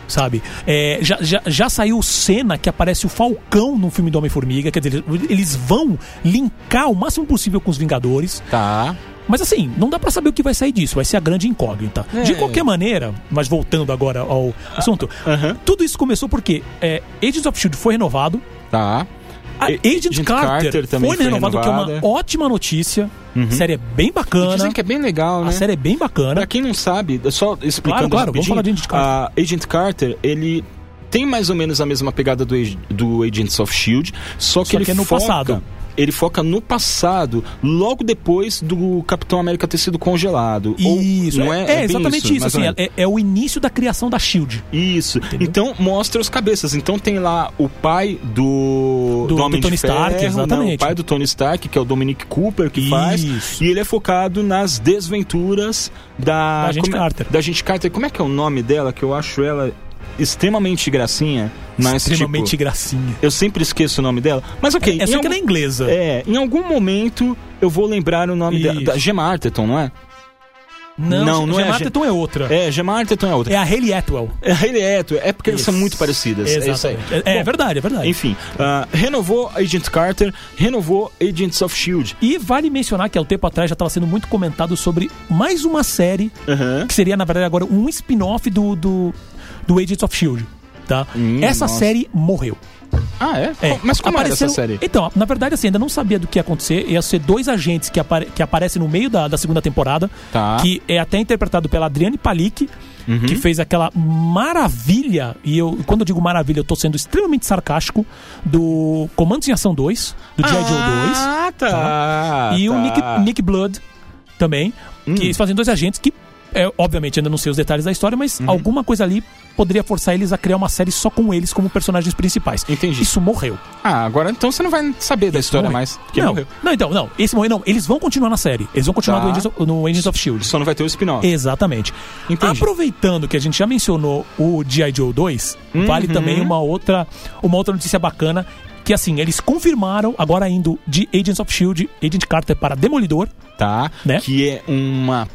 Speaker 1: sabe? É, já, já, já saiu cena que aparece o Falcão no filme do Homem-Formiga. Quer dizer, eles- eles vão linkar o máximo possível com os Vingadores.
Speaker 5: Tá.
Speaker 1: Mas assim, não dá pra saber o que vai sair disso, vai ser a grande incógnita.
Speaker 5: É. Ah,
Speaker 1: De qualquer maneira, mas voltando agora ao assunto,
Speaker 5: aham.
Speaker 1: tudo isso começou porque é, Agents of Shield foi renovado,
Speaker 5: Tá.
Speaker 1: a
Speaker 5: E-
Speaker 1: Agent
Speaker 5: Agent
Speaker 1: Carter,
Speaker 5: Carter também
Speaker 1: foi,
Speaker 5: foi
Speaker 1: renovado, que é uma
Speaker 5: renovada. Uhum.
Speaker 1: ótima notícia. A série é bem bacana.
Speaker 5: Dizem que é bem legal, né?
Speaker 1: A série é bem bacana.
Speaker 5: Pra quem não sabe, só explicando
Speaker 1: Claro, claro, vamos
Speaker 5: rapidinho,
Speaker 1: falar de Agent Carter.
Speaker 5: A Agent Carter, ele tem mais ou menos a mesma pegada do, Ag- do Agents of S.H.I.E.L.D., só que
Speaker 1: Só
Speaker 5: ele
Speaker 1: que é no
Speaker 5: foca...
Speaker 1: passado.
Speaker 5: Ele foca no passado, logo depois do Capitão América ter sido congelado. Ou-
Speaker 1: Isso,
Speaker 5: não é,
Speaker 1: é,
Speaker 5: bem
Speaker 1: exatamente isso.
Speaker 5: mais ou
Speaker 1: assim,
Speaker 5: menos.
Speaker 1: é, é o início da criação da Shield.
Speaker 5: Isso. Então mostra os cabeças. Então tem lá o pai do
Speaker 1: Do-
Speaker 5: Homem
Speaker 1: do Tony
Speaker 5: de Ferro,
Speaker 1: Stark,
Speaker 5: né?
Speaker 1: exatamente.
Speaker 5: O pai do Tony Stark, que é o Dominic Cooper que faz.
Speaker 1: Isso.
Speaker 5: E ele é focado nas desventuras da
Speaker 1: Da Agente
Speaker 5: como é-
Speaker 1: Carter.
Speaker 5: Da gente Carter. Como é que é o nome dela? Que eu acho ela extremamente gracinha, mas
Speaker 1: Extremamente
Speaker 5: tipo,
Speaker 1: gracinha.
Speaker 5: eu sempre esqueço o nome dela. Mas ok.
Speaker 1: É
Speaker 5: em
Speaker 1: só que
Speaker 5: algum-
Speaker 1: ela é inglesa.
Speaker 5: é, em algum momento eu vou lembrar o nome dela.
Speaker 1: Isso.
Speaker 5: Da Gemma Arterton, não é? não, não
Speaker 1: Gemma
Speaker 5: é a Gen-
Speaker 1: Arterton é outra. É,
Speaker 5: É, Gemma Arterton é outra.
Speaker 1: a Haley Atwell.
Speaker 5: É, ele é, hétero, é porque elas são
Speaker 1: Isso.
Speaker 5: muito parecidas. É isso aí.
Speaker 1: Exatamente. É, é
Speaker 5: Bom,
Speaker 1: verdade, é verdade.
Speaker 5: Enfim, ah, renovou Agent Carter, renovou Agents of Shield.
Speaker 1: E vale mencionar que há um tempo atrás já estava sendo muito comentado sobre mais uma série, que seria, na verdade, agora um spin-off do, do, do Agents of Shield. Tá?
Speaker 5: Hum,
Speaker 1: essa
Speaker 5: nossa.
Speaker 1: série morreu.
Speaker 5: Ah, é?
Speaker 1: É.
Speaker 5: Co- Mas como era essa
Speaker 1: Apareceram-
Speaker 5: série?
Speaker 1: Então, na verdade, assim, ainda não sabia do que ia acontecer. Ia ser dois agentes que, apare... que aparecem no meio da, da segunda temporada,
Speaker 5: Tá. Uhum.
Speaker 1: que é até interpretado pela Adriane Palik, que fez aquela maravilha, e eu, quando eu digo maravilha, eu tô sendo extremamente sarcástico, do Comandos em Ação 2, do G.I. Joe 2.
Speaker 5: Ah, tá.
Speaker 1: E o
Speaker 5: tá.
Speaker 1: Nick, Nick Blood também,
Speaker 5: Hum.
Speaker 1: que eles fazem dois agentes que, é, obviamente, ainda não sei os detalhes da história, mas
Speaker 5: Uhum.
Speaker 1: alguma coisa ali poderia forçar eles a criar uma série só com eles como personagens principais.
Speaker 5: Entendi.
Speaker 1: Isso morreu.
Speaker 5: Ah, agora então você não vai saber da história
Speaker 1: Morreu.
Speaker 5: mais. Porque
Speaker 1: Não,
Speaker 5: morreu.
Speaker 1: não, então, não. Esse morreu, não. Eles vão continuar na série. Eles vão continuar
Speaker 5: Tá.
Speaker 1: no, Agents of, no Agents of S.H.I.E.L.D.
Speaker 5: Só não vai ter o spin-off.
Speaker 1: Exatamente.
Speaker 5: Entendi.
Speaker 1: Aproveitando que a gente já mencionou o G.I. Joe 2,
Speaker 5: Uhum.
Speaker 1: vale também uma outra, uma outra notícia bacana, que assim, eles confirmaram, agora indo de Agents of S.H.I.E.L.D., Agent Carter para Demolidor,
Speaker 5: Tá?
Speaker 1: Né?
Speaker 5: Que é uma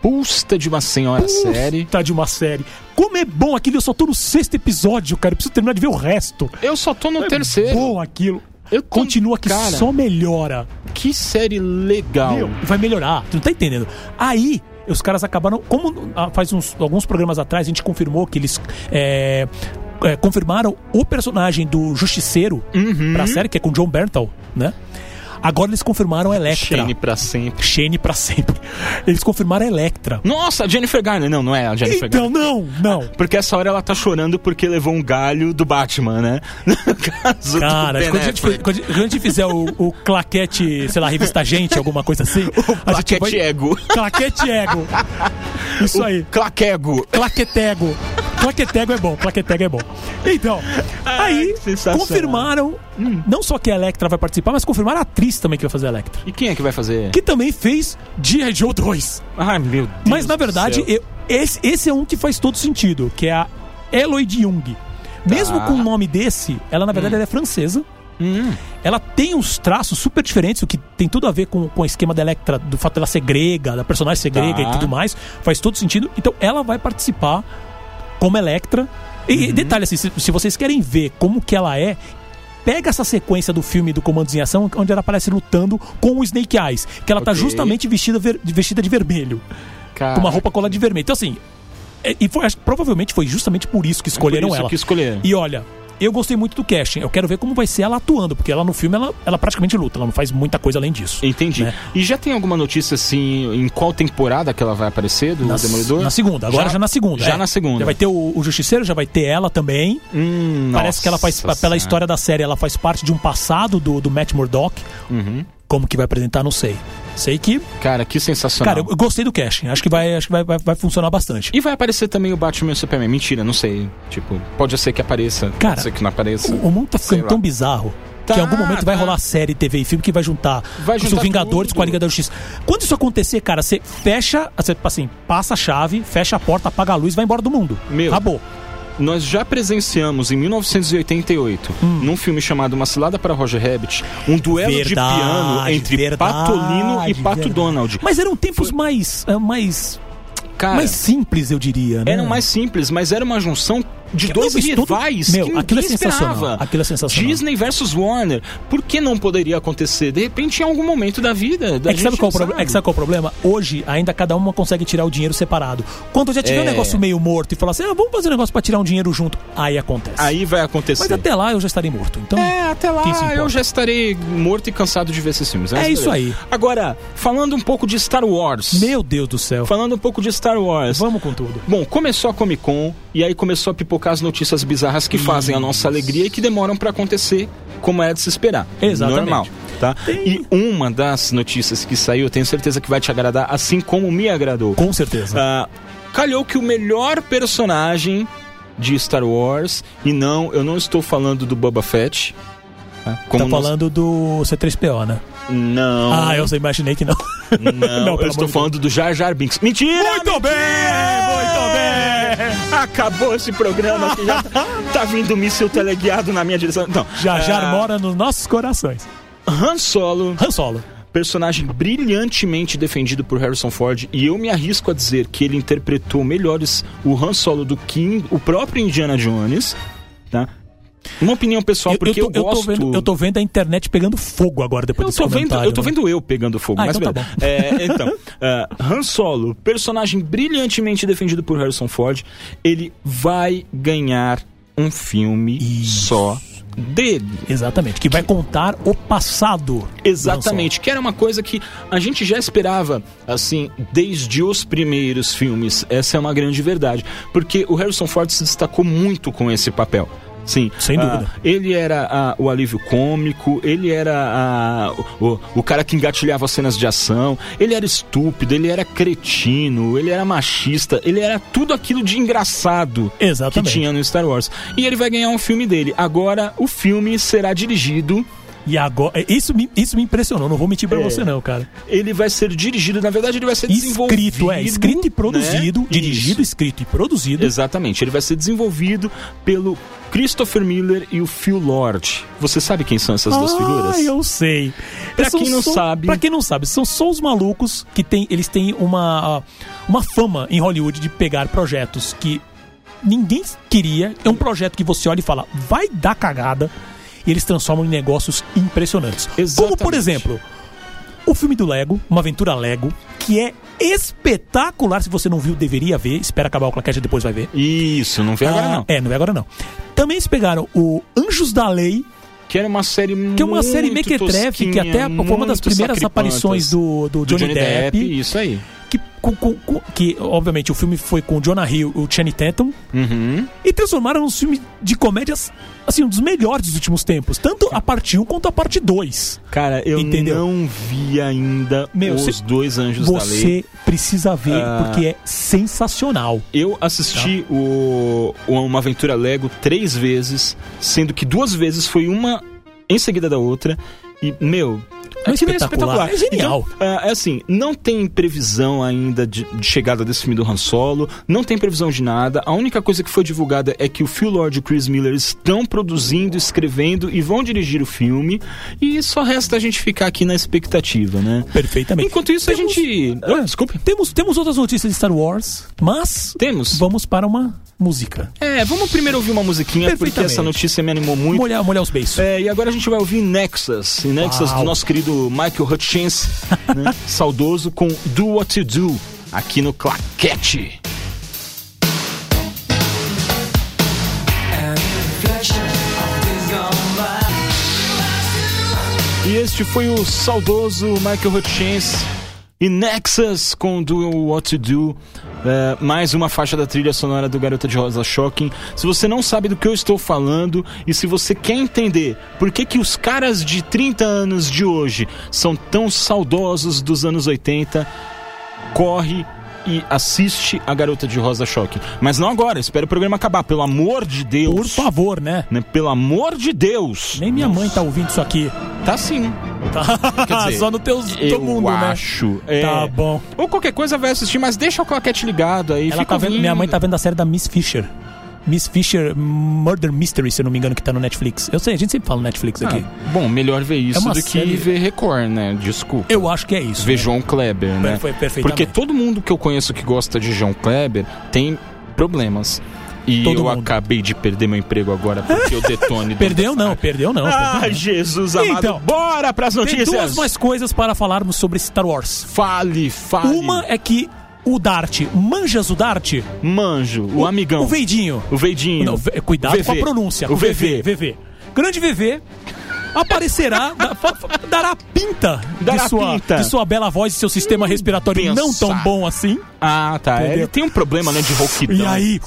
Speaker 5: pusta de uma senhora série.
Speaker 1: Tá de uma série. Como é bom aquilo, eu só tô no sexto episódio, cara. Eu preciso terminar de ver o resto.
Speaker 5: Eu só tô no
Speaker 1: É
Speaker 5: terceiro.
Speaker 1: Bom aquilo.
Speaker 5: Eu tô-
Speaker 1: Continua que
Speaker 5: cara,
Speaker 1: só melhora.
Speaker 5: Que série legal.
Speaker 1: Meu, vai melhorar. Tu não tá entendendo. Aí. Os caras acabaram. Como ah, faz uns, alguns programas atrás a gente confirmou que eles é, é, confirmaram o personagem do Justiceiro
Speaker 5: Uhum.
Speaker 1: pra série, que é com o John Bernthal, né? Agora eles confirmaram a Electra.
Speaker 5: Shane pra sempre.
Speaker 1: Shane pra sempre. Eles confirmaram a Electra.
Speaker 5: Nossa, a Jennifer Garner. Não, não Hum, é a Jennifer Garner.
Speaker 1: Então, não, não.
Speaker 5: Porque essa hora ela tá chorando porque levou um galho do Batman, né? (laughs) No caso
Speaker 1: Cara,
Speaker 5: do Ben
Speaker 1: quando a, gente,
Speaker 5: Affleck.
Speaker 1: quando a gente- quando a gente fizer o, o claquete, sei lá, revista gente, alguma coisa
Speaker 5: (laughs)
Speaker 1: assim. a gente
Speaker 5: Claquete ego.
Speaker 1: Claquete ego. Isso aí.
Speaker 5: Claquego.
Speaker 1: Claquetego. Claquetego é bom, claquetego é bom. Então, aí
Speaker 5: Ah, que sensacional. Hum.
Speaker 1: confirmaram, não só que a Electra vai participar, mas confirmaram a atriz também que vai fazer a Electra.
Speaker 5: E quem é que vai fazer?
Speaker 1: Que também fez G.I. Joe 2.
Speaker 5: Ai, meu Deus.
Speaker 1: Mas na
Speaker 5: do
Speaker 1: verdade,
Speaker 5: céu.
Speaker 1: eu- esse, esse é um que faz todo sentido, que é a Eloy Jung. Mesmo
Speaker 5: Tá.
Speaker 1: com um nome desse, ela na verdade ela é francesa.
Speaker 5: Hum,
Speaker 1: Ela tem uns traços super diferentes, o que tem tudo a ver com, com o esquema da Electra, do fato dela ser grega, da personagem ser grega
Speaker 5: Tá.
Speaker 1: e tudo mais. Faz todo sentido. Então ela vai participar como Electra. E
Speaker 5: Uhum.
Speaker 1: detalhe assim, se, se vocês querem ver como que ela é, pega essa sequência do filme do Comandos em Ação, onde ela aparece lutando com o Snake Eyes, que ela tá
Speaker 5: Ok.
Speaker 1: justamente vestida, ver- vestida de vermelho,
Speaker 5: cara.
Speaker 1: com uma roupa colada de vermelho. Então assim, é- e foi- acho que provavelmente foi justamente por isso que escolheram
Speaker 5: Por isso
Speaker 1: ela.
Speaker 5: que escolheram.
Speaker 1: E olha, eu gostei muito do casting. Eu quero ver como vai ser ela atuando, porque ela no filme ela, ela praticamente luta, ela não faz muita coisa além disso.
Speaker 5: Entendi.
Speaker 1: Né?
Speaker 5: E já tem alguma notícia assim em qual temporada que ela vai aparecer do
Speaker 1: Na,
Speaker 5: Demolidor?
Speaker 1: na segunda, agora já, na segunda.
Speaker 5: Já
Speaker 1: é.
Speaker 5: na segunda.
Speaker 1: Já vai ter o, o Justiceiro, já vai ter ela também.
Speaker 5: Hum,
Speaker 1: Parece que ela faz,
Speaker 5: nossa
Speaker 1: pela
Speaker 5: senhora. Uhum.
Speaker 1: história da série, ela faz parte de um passado do, do Matt Murdock. Como que vai apresentar, não sei. Sei que.
Speaker 5: Cara, que sensacional.
Speaker 1: Cara, eu, eu gostei do casting. Acho que vai, acho que vai, vai, vai funcionar bastante.
Speaker 5: E vai aparecer também o Batman e o Superman. Mentira, não sei. Tipo, pode ser que apareça.
Speaker 1: Cara,
Speaker 5: pode ser que não apareça.
Speaker 1: O, o mundo tá
Speaker 5: Sei
Speaker 1: ficando
Speaker 5: lá.
Speaker 1: tão bizarro. que
Speaker 5: Tá,
Speaker 1: em algum momento vai
Speaker 5: tá.
Speaker 1: rolar série, TV e filme que vai juntar,
Speaker 5: Vai
Speaker 1: os
Speaker 5: juntar
Speaker 1: Vingadores
Speaker 5: tudo.
Speaker 1: com a Liga da Justiça. Quando isso acontecer, cara, você fecha, você, assim, passa a chave, fecha a porta, apaga a luz, vai embora do mundo.
Speaker 5: Meu.
Speaker 1: Acabou.
Speaker 5: Nós já presenciamos em 1988,
Speaker 1: Hum.
Speaker 5: num filme chamado Uma Cilada para Roger Rabbit, um duelo de
Speaker 1: Verdade,
Speaker 5: piano entre
Speaker 1: verdade,
Speaker 5: Patolino e Pato
Speaker 1: verdade.
Speaker 5: Donald.
Speaker 1: Mas eram tempos mais, é, mais,
Speaker 5: Cara,
Speaker 1: mais simples, eu diria, né?
Speaker 5: eram mais simples, mas era uma junção de
Speaker 1: Que
Speaker 5: dois
Speaker 1: não, isso tudo-
Speaker 5: rivais
Speaker 1: Meu,
Speaker 5: que
Speaker 1: aquilo é
Speaker 5: ninguém
Speaker 1: sensacional,
Speaker 5: esperava.
Speaker 1: aquilo é sensacional.
Speaker 5: Disney versus Warner. Por que não poderia acontecer? De repente, em algum momento da vida. da
Speaker 1: É que, sabe
Speaker 5: gente
Speaker 1: qual o
Speaker 5: não
Speaker 1: problema? é que sabe qual o problema? Hoje, ainda cada uma consegue tirar o dinheiro separado. Quando já tiver
Speaker 5: É.
Speaker 1: um negócio meio morto e falar assim, ah, vamos fazer um negócio pra tirar um dinheiro junto, aí acontece.
Speaker 5: Aí vai acontecer.
Speaker 1: Mas até lá eu já estarei morto. Então,
Speaker 5: É, até
Speaker 1: Quem se
Speaker 5: lá
Speaker 1: importa?
Speaker 5: eu já estarei morto e cansado de ver esses filmes.
Speaker 1: É isso aí.
Speaker 5: Agora, falando um pouco de Star Wars.
Speaker 1: meu Deus do céu.
Speaker 5: Falando um pouco de Star Wars.
Speaker 1: Vamos com tudo.
Speaker 5: Bom, começou a Comic Con e aí começou a pipocar as notícias bizarras que fazem a nossa alegria e que demoram pra acontecer, como é de se esperar.
Speaker 1: Exatamente.
Speaker 5: Normal, tá? E uma das notícias que saiu, eu tenho certeza que vai te agradar, assim como me agradou.
Speaker 1: Com certeza.
Speaker 5: Ah, calhou que o melhor personagem de Star Wars, e não, eu não estou falando do Boba Fett. tá? Como
Speaker 1: tá
Speaker 5: nós-
Speaker 1: falando do C3PO, né?
Speaker 5: Não.
Speaker 1: Ah, eu só imaginei que (laughs) não.
Speaker 5: Não,
Speaker 1: pelo
Speaker 5: eu
Speaker 1: amor
Speaker 5: estou
Speaker 1: de
Speaker 5: falando do Jar Jar Binks. Mentira! Muito bem, muito bem! Acabou esse programa que já tá, tá vindo míssil teleguiado na minha direção. Não.
Speaker 1: Já já
Speaker 5: Ah,
Speaker 1: mora nos nossos corações.
Speaker 5: Han Solo,
Speaker 1: Han Solo.
Speaker 5: personagem brilhantemente defendido por Harrison Ford, e eu me arrisco a dizer que ele interpretou melhores o Han Solo do que o próprio Indiana Jones, tá? Uma opinião pessoal, porque eu,
Speaker 1: tô, tô
Speaker 5: gosto...
Speaker 1: vendo, eu tô vendo a internet pegando fogo agora depois
Speaker 5: Eu
Speaker 1: desse
Speaker 5: tô, vendo,
Speaker 1: comentário.
Speaker 5: eu tô
Speaker 1: né?
Speaker 5: vendo eu pegando fogo,
Speaker 1: Ah,
Speaker 5: mas
Speaker 1: então tá
Speaker 5: beleza. É, então,
Speaker 1: (laughs)
Speaker 5: ah, Han Solo, personagem brilhantemente defendido por Harrison Ford, ele vai ganhar um filme
Speaker 1: Isso.
Speaker 5: só dele.
Speaker 1: Exatamente. Que vai contar o passado.
Speaker 5: Exatamente, que era uma coisa que a gente já esperava, assim, desde os primeiros filmes. Essa é uma grande verdade, porque o Harrison Ford se destacou muito com esse papel. Sim,
Speaker 1: Sem
Speaker 5: Ah,
Speaker 1: dúvida.
Speaker 5: ele era ah, o alívio cômico, ele era ah, o, o cara que engatilhava cenas de ação, ele era estúpido, ele era cretino, ele era machista, ele era tudo aquilo de engraçado que
Speaker 1: Exatamente.
Speaker 5: tinha no Star Wars. E ele vai ganhar um filme dele. Agora, o filme será dirigido
Speaker 1: E agora. é, Isso me, isso me impressionou, não vou mentir pra
Speaker 5: É.
Speaker 1: você, não, cara.
Speaker 5: ele vai ser dirigido, na verdade ele vai ser desenvolvido.
Speaker 1: Escrito, é. Escrito e produzido.
Speaker 5: né?
Speaker 1: Dirigido,
Speaker 5: Isso.
Speaker 1: escrito e produzido.
Speaker 5: Exatamente, ele vai ser desenvolvido pelo Christopher Miller e o Phil Lord. Você sabe quem são essas duas figuras?
Speaker 1: Ah, eu sei.
Speaker 5: Pra
Speaker 1: São
Speaker 5: quem não
Speaker 1: só-
Speaker 5: sabe-
Speaker 1: Pra quem não sabe, são só os malucos que tem, eles têm uma, ah, uma fama em Hollywood de pegar projetos que ninguém queria. É um projeto que você olha e fala, vai dar cagada. E eles transformam em negócios impressionantes. Como, por
Speaker 5: Exatamente.
Speaker 1: exemplo, o filme do Lego, Uma Aventura Lego, que é espetacular. Se você não viu, deveria ver. Espera acabar o claquete, depois vai ver.
Speaker 5: Isso, não vem agora
Speaker 1: Ah,
Speaker 5: não.
Speaker 1: É, não é agora não. Também eles pegaram o Anjos da Lei,
Speaker 5: Que era uma série
Speaker 1: que é uma série
Speaker 5: muito
Speaker 1: mequetrefe que
Speaker 5: tosquinha,
Speaker 1: até foi uma das
Speaker 5: muito
Speaker 1: primeiras
Speaker 5: sacripantas.
Speaker 1: aparições do, do
Speaker 5: Do
Speaker 1: Johnny, Depp,
Speaker 5: Isso aí.
Speaker 1: Que, com- com- com- que, obviamente o filme foi com o Jonah Hill e o Channing Tatum
Speaker 5: Uhum.
Speaker 1: e transformaram num filme de comédias assim um dos melhores dos últimos tempos tanto a parte 1 quanto a parte 2
Speaker 5: Cara, eu
Speaker 1: Entendeu?
Speaker 5: não vi ainda
Speaker 1: Meu,
Speaker 5: os
Speaker 1: você-
Speaker 5: dois anjos da lei.
Speaker 1: você precisa ver
Speaker 5: Ah.
Speaker 1: porque é sensacional
Speaker 5: Eu assisti
Speaker 1: Tá.
Speaker 5: o, o Uma Aventura Lego três vezes, sendo que duas vezes foi uma em seguida da outra. E, meu,
Speaker 1: É
Speaker 5: aquilo
Speaker 1: espetacular, é genial.
Speaker 5: Então, ah, é assim, não tem previsão ainda de, de chegada desse filme do Han Solo, não tem previsão de nada. A única coisa que foi divulgada é que o Phil Lord e o Chris Miller estão produzindo, escrevendo e vão dirigir o filme. E só resta a gente ficar aqui na expectativa, né?
Speaker 1: perfeitamente
Speaker 5: Enquanto isso, a
Speaker 1: Temos-
Speaker 5: gente...
Speaker 1: Ah,
Speaker 5: Ah, desculpe.
Speaker 1: temos temos outras notícias de Star Wars mas
Speaker 5: Temos.
Speaker 1: vamos para uma música
Speaker 5: É, vamos primeiro ouvir uma musiquinha, porque
Speaker 1: Perfeitamente.
Speaker 5: essa notícia me animou muito.
Speaker 1: molhar molhar os beijos
Speaker 5: É, e agora a gente vai ouvir Nexus, e Nexus
Speaker 1: Uau.
Speaker 5: do nosso querido Michael Hutchins, né, saudoso, com Do What You Do, aqui no Claquete. E este foi o saudoso Michael Hutchins e Nexus com Do What To Do É, mais uma faixa da trilha sonora do Garota de Rosa Shocking. Se você não sabe do que eu estou falando e se você quer entender por que, que os caras de 30 anos de hoje são tão saudosos dos anos 80, corre e assiste a Garota de Rosa Shocking. Mas não agora, espera o programa acabar, pelo amor de Deus.
Speaker 1: Por favor, né?
Speaker 5: Né? Pelo amor de Deus.
Speaker 1: Nem minha mãe tá ouvindo isso aqui.
Speaker 5: Tá sim.
Speaker 1: (laughs)
Speaker 5: Quer
Speaker 1: Tá.
Speaker 5: dizer,
Speaker 1: Só no teu todo
Speaker 5: Eu
Speaker 1: mundo,
Speaker 5: acho.
Speaker 1: né?
Speaker 5: é.
Speaker 1: Tá bom.
Speaker 5: Ou qualquer coisa vai assistir, mas deixa o claquete ligado aí.
Speaker 1: Ela
Speaker 5: fica
Speaker 1: tá vendo,
Speaker 5: ouvindo.
Speaker 1: minha mãe tá vendo a série da Miss Fisher. Miss Fisher Murder Mystery, se eu não me engano, que tá no Netflix. Eu sei, a gente sempre fala Netflix aqui.
Speaker 5: Ah, bom, melhor ver isso
Speaker 1: É uma
Speaker 5: do
Speaker 1: série-
Speaker 5: que ver Record, né? Desculpa.
Speaker 1: Eu acho que é isso.
Speaker 5: Ver
Speaker 1: né?
Speaker 5: João Kleber, né?
Speaker 1: Foi perfeitamente.
Speaker 5: Porque todo mundo que eu conheço que gosta de João Kleber tem problemas. E
Speaker 1: Todo
Speaker 5: eu
Speaker 1: mundo.
Speaker 5: acabei de perder meu emprego
Speaker 1: (laughs)
Speaker 5: agora porque eu detone.
Speaker 1: Perdeu não, perdeu não.
Speaker 5: Ah,
Speaker 1: perdeu
Speaker 5: Jesus amado.
Speaker 1: Então,
Speaker 5: bora pras
Speaker 1: não. Tem
Speaker 5: notícias.
Speaker 1: duas mais coisas para falarmos sobre Star Wars.
Speaker 5: Fale, fale.
Speaker 1: Uma é que o Dart, manjas o Dart?
Speaker 5: Manjo, o, amigão.
Speaker 1: O Veidinho.
Speaker 5: O Veidinho.
Speaker 1: Não, ve- cuidado
Speaker 5: VV.
Speaker 1: com a pronúncia.
Speaker 5: O
Speaker 1: VV.
Speaker 5: VV.
Speaker 1: VV. Grande VV aparecerá, da- fa- fa- dará pinta,
Speaker 5: Dará
Speaker 1: de, sua,
Speaker 5: pinta. Hum,
Speaker 1: de sua bela voz e seu sistema respiratório
Speaker 5: pensa.
Speaker 1: não tão bom assim.
Speaker 5: Ah, tá.
Speaker 1: Entendeu?
Speaker 5: Ele tem um problema, né, de rouquidão.
Speaker 1: E aí,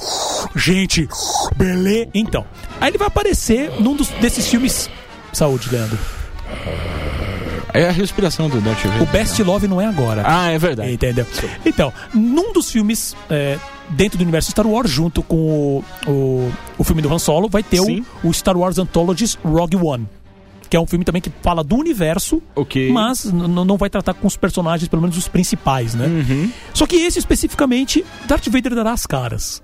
Speaker 1: gente, belê. Então, aí ele vai aparecer num dos, desses filmes. Saúde, Leandro.
Speaker 5: É a respiração do Darth Vader.
Speaker 1: O Best Love não é agora.
Speaker 5: Ah, é verdade.
Speaker 1: Entendeu? Então, num dos filmes é, dentro do universo Star Wars, junto com o, o, o filme do Han Solo, vai ter o,
Speaker 5: Sim.
Speaker 1: o Star Wars Anthologies Rogue One. Que é um filme também que fala do universo,
Speaker 5: Ok.
Speaker 1: mas n- n- não vai tratar com os personagens, pelo menos os principais, né? Só que esse especificamente, Darth Vader dará as caras.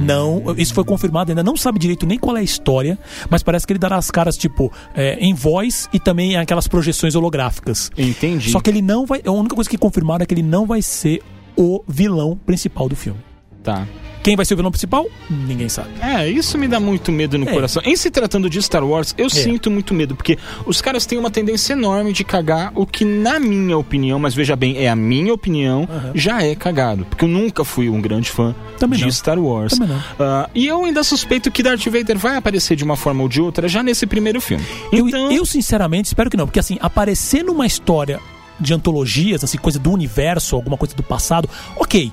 Speaker 1: Não, isso foi confirmado, ainda não sabe direito nem qual é a história, mas parece que ele dará as caras, tipo, é, em voz e também aquelas projeções holográficas.
Speaker 5: Entendi.
Speaker 1: Só que ele não vai. A única coisa que confirmaram é que ele não vai ser o vilão principal do filme.
Speaker 5: Tá.
Speaker 1: Quem vai ser o vilão principal? Ninguém sabe.
Speaker 5: É, isso me dá muito medo no
Speaker 1: É.
Speaker 5: coração. Em se tratando de Star Wars, eu sinto muito medo, porque os caras têm uma tendência enorme de cagar o que, na minha opinião, mas veja bem, é a minha opinião, já é cagado. Porque eu nunca fui um grande fã
Speaker 1: Também
Speaker 5: de
Speaker 1: não.
Speaker 5: Star Wars.
Speaker 1: Também não.
Speaker 5: Ah, e eu ainda suspeito que Darth Vader vai aparecer de uma forma ou de outra já nesse primeiro filme.
Speaker 1: Eu-
Speaker 5: Então,
Speaker 1: eu, sinceramente, espero que não. Porque, assim, aparecer numa história de antologias, assim, coisa do universo, alguma coisa do passado, ok.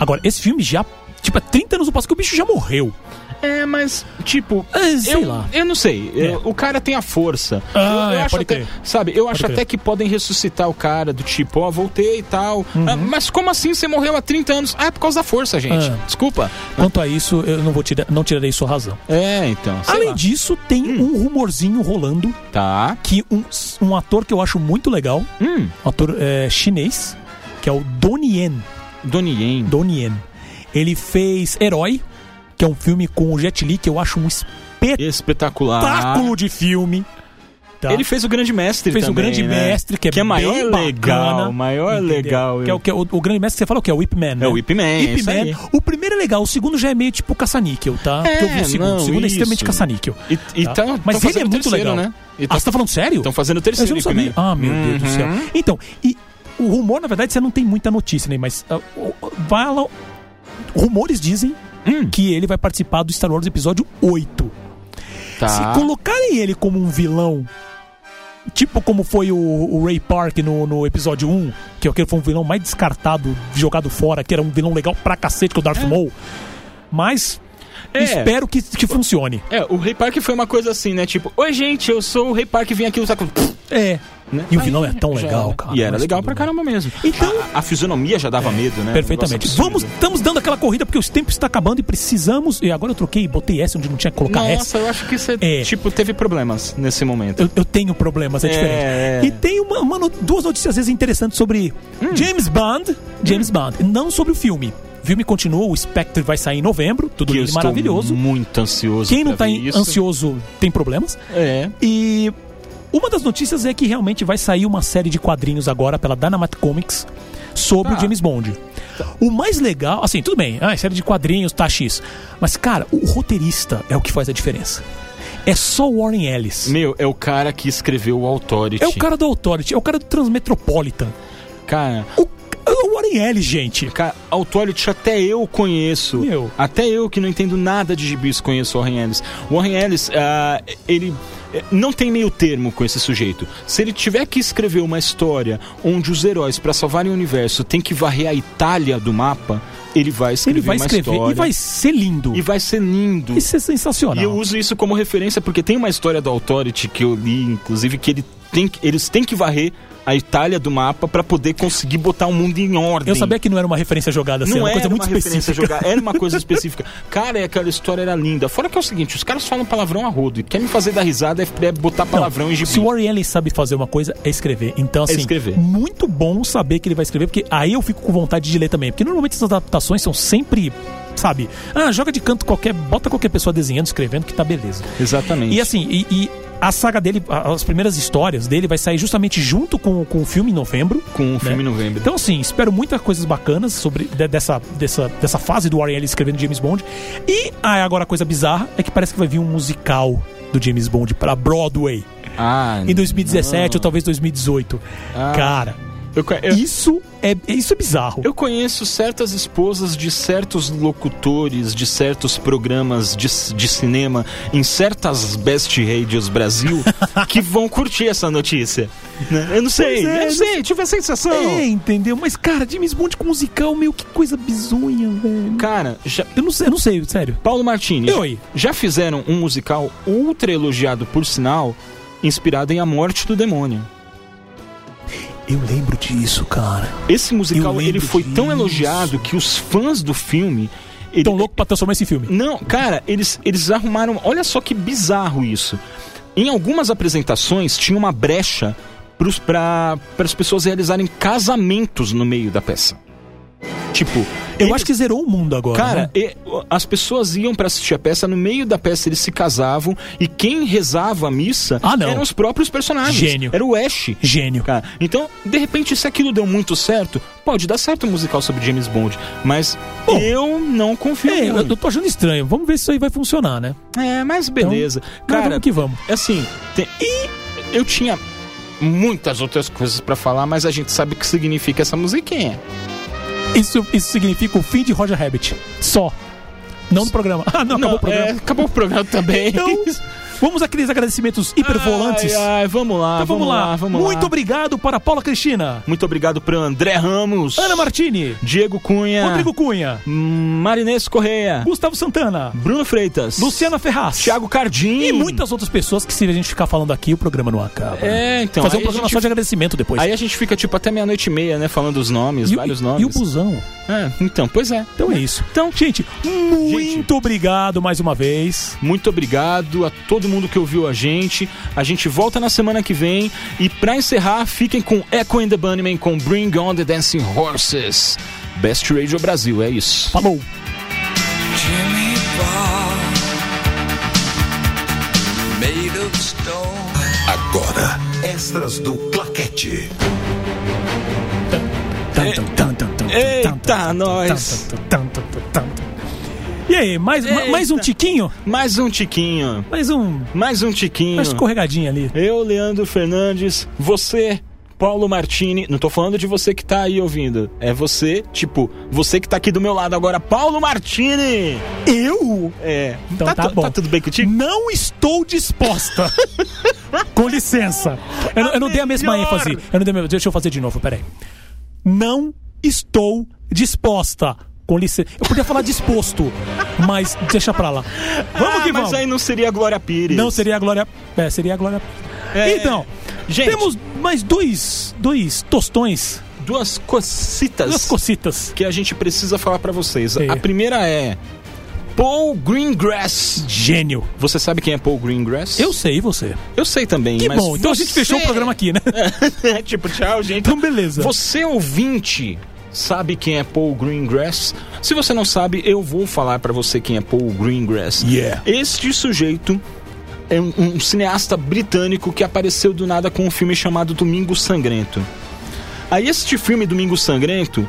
Speaker 1: Agora, esse filme já. Tipo, é 30 anos no passado que o bicho já morreu.
Speaker 5: é, mas, tipo,
Speaker 1: É, sei
Speaker 5: eu,
Speaker 1: lá.
Speaker 5: Eu não sei.
Speaker 1: É.
Speaker 5: Eu- o cara tem a força.
Speaker 1: Ah,
Speaker 5: eu, eu
Speaker 1: é,
Speaker 5: acho
Speaker 1: pode
Speaker 5: até,
Speaker 1: crer.
Speaker 5: Sabe, eu acho
Speaker 1: crer.
Speaker 5: até que podem ressuscitar o cara do tipo, ó, voltei e tal.
Speaker 1: Uhum.
Speaker 5: Ah, mas como assim você morreu há 30 anos? Ah, é por causa da força, gente.
Speaker 1: Ah.
Speaker 5: Desculpa.
Speaker 1: Quanto a isso, eu não vou tirar, não tirarei sua razão.
Speaker 5: É, então. sei
Speaker 1: Além
Speaker 5: lá.
Speaker 1: disso, tem um rumorzinho rolando
Speaker 5: Tá.
Speaker 1: que um, um ator que eu acho muito legal,
Speaker 5: Hum,
Speaker 1: um ator é, chinês, que é o Donnie Yen.
Speaker 5: Donnie Yen.
Speaker 1: Donnie Yen. Ele fez Herói, que é um filme com o Jet Li que eu acho um espetáculo
Speaker 5: Espetacular.
Speaker 1: de filme. tá?
Speaker 5: Ele fez o Grande Mestre
Speaker 1: fez o
Speaker 5: também,
Speaker 1: Grande
Speaker 5: né?
Speaker 1: Mestre, que é, bem
Speaker 5: maior
Speaker 1: bacana,
Speaker 5: legal. Maior
Speaker 1: entendeu?
Speaker 5: legal.
Speaker 1: Que é o, que é o, o Grande Mestre que você falou que é o Ip Man, né?
Speaker 5: É o Ip Man,
Speaker 1: Ip
Speaker 5: isso
Speaker 1: Man.
Speaker 5: aí.
Speaker 1: O primeiro é legal, o segundo já é meio tipo caça-níquel, tá?
Speaker 5: É,
Speaker 1: Porque eu vi o segundo.
Speaker 5: não,
Speaker 1: o segundo é extremamente
Speaker 5: isso.
Speaker 1: caça-níquel.
Speaker 5: E, e
Speaker 1: tá?
Speaker 5: tá-
Speaker 1: Mas ele
Speaker 5: tão
Speaker 1: é
Speaker 5: fazendo o
Speaker 1: muito
Speaker 5: terceiro,
Speaker 1: legal.
Speaker 5: né? E
Speaker 1: Ah,
Speaker 5: tão-
Speaker 1: você tá falando sério?
Speaker 5: Estão fazendo o
Speaker 1: Mas eu
Speaker 5: terceiro
Speaker 1: não
Speaker 5: Ip Man.
Speaker 1: sabia. Ah, meu Deus do céu.
Speaker 5: Uhum.
Speaker 1: Então, e o rumor, na verdade, você não tem muita notícia, né? Mas ah, o- o- vai lá. Rumores dizem
Speaker 5: Hum.
Speaker 1: que ele vai participar do Star Wars Episódio 8.
Speaker 5: Tá.
Speaker 1: Se colocarem ele como um vilão, tipo como foi o, o Ray Park no, no Episódio 1, que aquele foi um vilão mais descartado, jogado fora, que era um vilão legal pra cacete, que é o Darth Maul. Mas
Speaker 5: É.
Speaker 1: espero que, que funcione.
Speaker 5: É, o Rei Park foi uma coisa assim, né? Tipo, oi gente, eu sou o Rei Park, vim aqui usar. com-"
Speaker 1: É.
Speaker 5: Né?
Speaker 1: E o
Speaker 5: Aí,
Speaker 1: vilão é tão
Speaker 5: já
Speaker 1: legal,
Speaker 5: era.
Speaker 1: cara.
Speaker 5: E era
Speaker 1: Mas
Speaker 5: legal
Speaker 1: tudo
Speaker 5: pra
Speaker 1: bem.
Speaker 5: caramba mesmo.
Speaker 1: Então-
Speaker 5: A, a fisionomia já dava medo, né?
Speaker 1: Perfeitamente.
Speaker 5: Um negócio
Speaker 1: Vamos,
Speaker 5: absurdo.
Speaker 1: estamos dando aquela corrida porque os tempos está acabando e precisamos. E agora eu troquei, botei S onde não tinha que colocar S.
Speaker 5: Nossa, eu acho que você,
Speaker 1: É.
Speaker 5: tipo, teve problemas nesse momento.
Speaker 1: Eu, eu tenho problemas, é,
Speaker 5: É,
Speaker 1: diferente.
Speaker 5: é. Hum.
Speaker 1: E tem uma, uma no- duas notícias às vezes interessantes sobre James Bond. James Bond, não sobre o filme. O filme continua, o Spectre vai sair em novembro, tudo
Speaker 5: Que eu
Speaker 1: lindo e
Speaker 5: estou
Speaker 1: maravilhoso.
Speaker 5: muito ansioso.
Speaker 1: Quem não tá
Speaker 5: pra
Speaker 1: está
Speaker 5: ver isso.
Speaker 1: ansioso tem problemas.
Speaker 5: É.
Speaker 1: E uma das notícias é que realmente vai sair uma série de quadrinhos agora pela Dynamite Comics sobre
Speaker 5: Tá.
Speaker 1: o James Bond. O mais legal, assim, tudo bem, ah, é série de quadrinhos, tá X. Mas, cara, o roteirista é o que faz a diferença. É só o Warren Ellis.
Speaker 5: Meu, é o cara que escreveu o Authority.
Speaker 1: É o cara do Authority, é o cara do Transmetropolitan.
Speaker 5: Cara,
Speaker 1: O, é o Warren Ellis, gente.
Speaker 5: Cara, Authority até eu conheço.
Speaker 1: Meu.
Speaker 5: Até eu que não entendo nada de gibis conheço o Warren Ellis. O Warren Ellis, ah, ele eh, não tem meio termo com esse sujeito. Se ele tiver que escrever uma história onde os heróis, pra salvarem o universo, tem que varrer a Itália do mapa, ele vai escrever
Speaker 1: Ele vai
Speaker 5: uma
Speaker 1: escrever
Speaker 5: história.
Speaker 1: e vai ser lindo.
Speaker 5: e vai ser lindo.
Speaker 1: Isso é sensacional.
Speaker 5: E eu uso isso como referência porque tem uma história do Authority que eu li, inclusive, que ele tem que- eles têm que varrer a Itália do mapa pra poder conseguir botar o mundo em ordem.
Speaker 1: Eu sabia que não era uma referência jogada, assim, era uma coisa muito
Speaker 5: referência
Speaker 1: específica.
Speaker 5: jogar, era
Speaker 1: (laughs)
Speaker 5: uma coisa específica. Cara, e aquela história era linda. Fora que é o seguinte, os caras falam palavrão a rodo e querem me fazer dar risada é é botar
Speaker 1: Não,
Speaker 5: palavrão em gibi.
Speaker 1: Se o Warren Ellis sabe fazer uma coisa, é escrever. Então, assim,
Speaker 5: escrever.
Speaker 1: muito bom saber que ele vai escrever, porque aí eu fico com vontade de ler também. Porque normalmente essas adaptações são sempre, sabe? Ah, joga de canto qualquer, bota qualquer pessoa desenhando, escrevendo, que tá beleza.
Speaker 5: Exatamente.
Speaker 1: E assim, e, e a saga dele, a- as primeiras histórias dele vai sair justamente junto com, com o filme em novembro.
Speaker 5: com o filme
Speaker 1: né?
Speaker 5: novembro.
Speaker 1: Então, assim, espero muitas coisas bacanas sobre de- dessa, dessa, dessa fase do Warren Ellis escrevendo James Bond. E ah, agora a coisa bizarra é que parece que vai vir um musical do James Bond pra Broadway
Speaker 5: ah,
Speaker 1: em 2017 ou talvez 2018.
Speaker 5: Ah.
Speaker 1: Cara,
Speaker 5: eu, co- eu,
Speaker 1: isso é isso é bizarro.
Speaker 5: eu conheço certas esposas de certos locutores, de certos programas de, c- de cinema, em certas best radios
Speaker 1: (laughs)
Speaker 5: Brasil, que vão curtir essa notícia. né? Eu não sei,
Speaker 1: Pois é,
Speaker 5: eu não sei, tive a sensação.
Speaker 1: É, entendeu? Mas cara, James Bond com musical, meu, que coisa bizonha, velho.
Speaker 5: Cara, já,
Speaker 1: Eu não sei, eu não sei, sério.
Speaker 5: Paulo Martini,
Speaker 1: E oi?
Speaker 5: já fizeram um musical ultra elogiado por sinal, inspirado em A Morte do Demônio.
Speaker 1: Eu lembro disso, cara.
Speaker 5: Esse musical
Speaker 1: Eu
Speaker 5: ele
Speaker 1: lembro
Speaker 5: foi tão
Speaker 1: disso.
Speaker 5: elogiado que os fãs do filme ele-
Speaker 1: Tão louco pra transformar esse filme.
Speaker 5: Não, cara, eles eles arrumaram, olha só que bizarro isso. Em algumas apresentações tinha uma brecha para as pessoas realizarem casamentos no meio da peça. Tipo,
Speaker 1: Eu
Speaker 5: eles-
Speaker 1: acho que zerou o mundo agora.
Speaker 5: Cara,
Speaker 1: né?
Speaker 5: e- as pessoas iam pra assistir a peça, no meio da peça eles se casavam e quem rezava a missa
Speaker 1: Ah, não.
Speaker 5: eram os próprios personagens.
Speaker 1: Gênio.
Speaker 5: Era o Ash.
Speaker 1: gênio.
Speaker 5: Cara, então, de repente, se aquilo deu muito certo, pode dar certo um musical sobre James Bond, mas
Speaker 1: Bom,
Speaker 5: eu não confio.
Speaker 1: É, eu
Speaker 5: muito.
Speaker 1: eu tô achando estranho. Vamos ver se isso aí vai funcionar, né?
Speaker 5: É, mas beleza.
Speaker 1: Mas
Speaker 5: Cara,
Speaker 1: vamos que vamos.
Speaker 5: assim, tem- e eu tinha muitas outras coisas pra falar, mas a gente sabe o que significa essa musiquinha.
Speaker 1: Isso, isso significa o fim de Roger Rabbit. Só. Não do programa. (laughs) Ah, não, acabou o programa.
Speaker 5: é, acabou o programa também.
Speaker 1: Então, vamos aqueles agradecimentos hipervolantes.
Speaker 5: (laughs) Ai, ai, vamos lá,
Speaker 1: então vamos, lá.
Speaker 5: vamos
Speaker 1: Muito
Speaker 5: lá.
Speaker 1: obrigado para Paula Cristina,
Speaker 5: Muito obrigado para André Ramos,
Speaker 1: Ana Martini,
Speaker 5: Diego Cunha,
Speaker 1: Rodrigo Cunha,
Speaker 5: Marinês Correia,
Speaker 1: Gustavo Santana,
Speaker 5: Bruno Freitas,
Speaker 1: Luciana Ferraz,
Speaker 5: Thiago Cardim
Speaker 1: e muitas outras pessoas que se a gente ficar falando aqui, o programa não acaba.
Speaker 5: É, então.
Speaker 1: Fazer um
Speaker 5: aí a
Speaker 1: programa
Speaker 5: gente-
Speaker 1: só de agradecimento depois.
Speaker 5: Aí a gente fica tipo até meia-noite e meia, né? Falando os nomes,
Speaker 1: e, o-
Speaker 5: vários
Speaker 1: e
Speaker 5: nomes.
Speaker 1: o busão.
Speaker 5: É, então, pois é.
Speaker 1: Então é isso. Então, gente, muito obrigado mais uma vez.
Speaker 5: Muito obrigado a todo mundo que ouviu a gente. A gente volta na semana que vem. E pra encerrar, fiquem com Echo and the Bunnymen com Bring On the Dancing Horses. Best Radio Brasil, é isso.
Speaker 1: Falou.
Speaker 2: Jimmy Ball made of stone.
Speaker 4: Agora, extras do Claquete.
Speaker 5: Eita, nós.
Speaker 1: E aí, mais, ma- mais um
Speaker 5: Eita.
Speaker 1: tiquinho?
Speaker 5: Mais um tiquinho.
Speaker 1: Mais um.
Speaker 5: Mais um tiquinho.
Speaker 1: Uma escorregadinha ali.
Speaker 5: Eu, Leandro Fernandes, você, Paulo Martini. Não tô falando de você que tá aí ouvindo. É você, tipo, você que tá aqui do meu lado agora, Paulo Martini!
Speaker 1: Eu?
Speaker 5: É.
Speaker 1: Então tá
Speaker 5: tu-
Speaker 1: bom.
Speaker 5: tá tudo bem contigo?
Speaker 1: Não estou
Speaker 5: (laughs)
Speaker 1: disposta. Com licença. Eu, não- eu não dei a mesma
Speaker 5: melhor.
Speaker 1: ênfase. Eu não dei a mesma- Deixa eu fazer de novo, peraí. Não estou disposta. Com licença. Eu podia falar disposto, mas deixa pra lá. Vamos
Speaker 5: Ah,
Speaker 1: que
Speaker 5: mas
Speaker 1: vamos.
Speaker 5: aí não seria a Glória Pires.
Speaker 1: Não seria a Glória. É, seria a Glória.
Speaker 5: É,
Speaker 1: então,
Speaker 5: gente.
Speaker 1: temos mais dois, dois tostões,
Speaker 5: Duas cocitas
Speaker 1: duas cocitas.
Speaker 5: que a gente precisa falar pra vocês.
Speaker 1: É.
Speaker 5: A primeira é Paul Greengrass.
Speaker 1: Gênio.
Speaker 5: Você sabe quem é Paul Greengrass?
Speaker 1: Eu sei você.
Speaker 5: Eu sei também,
Speaker 1: Que
Speaker 5: mas
Speaker 1: bom. Então a gente
Speaker 5: você-
Speaker 1: fechou o
Speaker 5: (laughs)
Speaker 1: programa aqui, né?
Speaker 5: É, tipo, tchau, gente.
Speaker 1: Então beleza.
Speaker 5: Você ouvinte sabe quem é Paul Greengrass? Se você não sabe, eu vou falar pra você quem é Paul Greengrass.
Speaker 1: Yeah.
Speaker 5: Este sujeito é um, um cineasta britânico que apareceu do nada com um filme chamado Domingo Sangrento. Aí este filme Domingo Sangrento,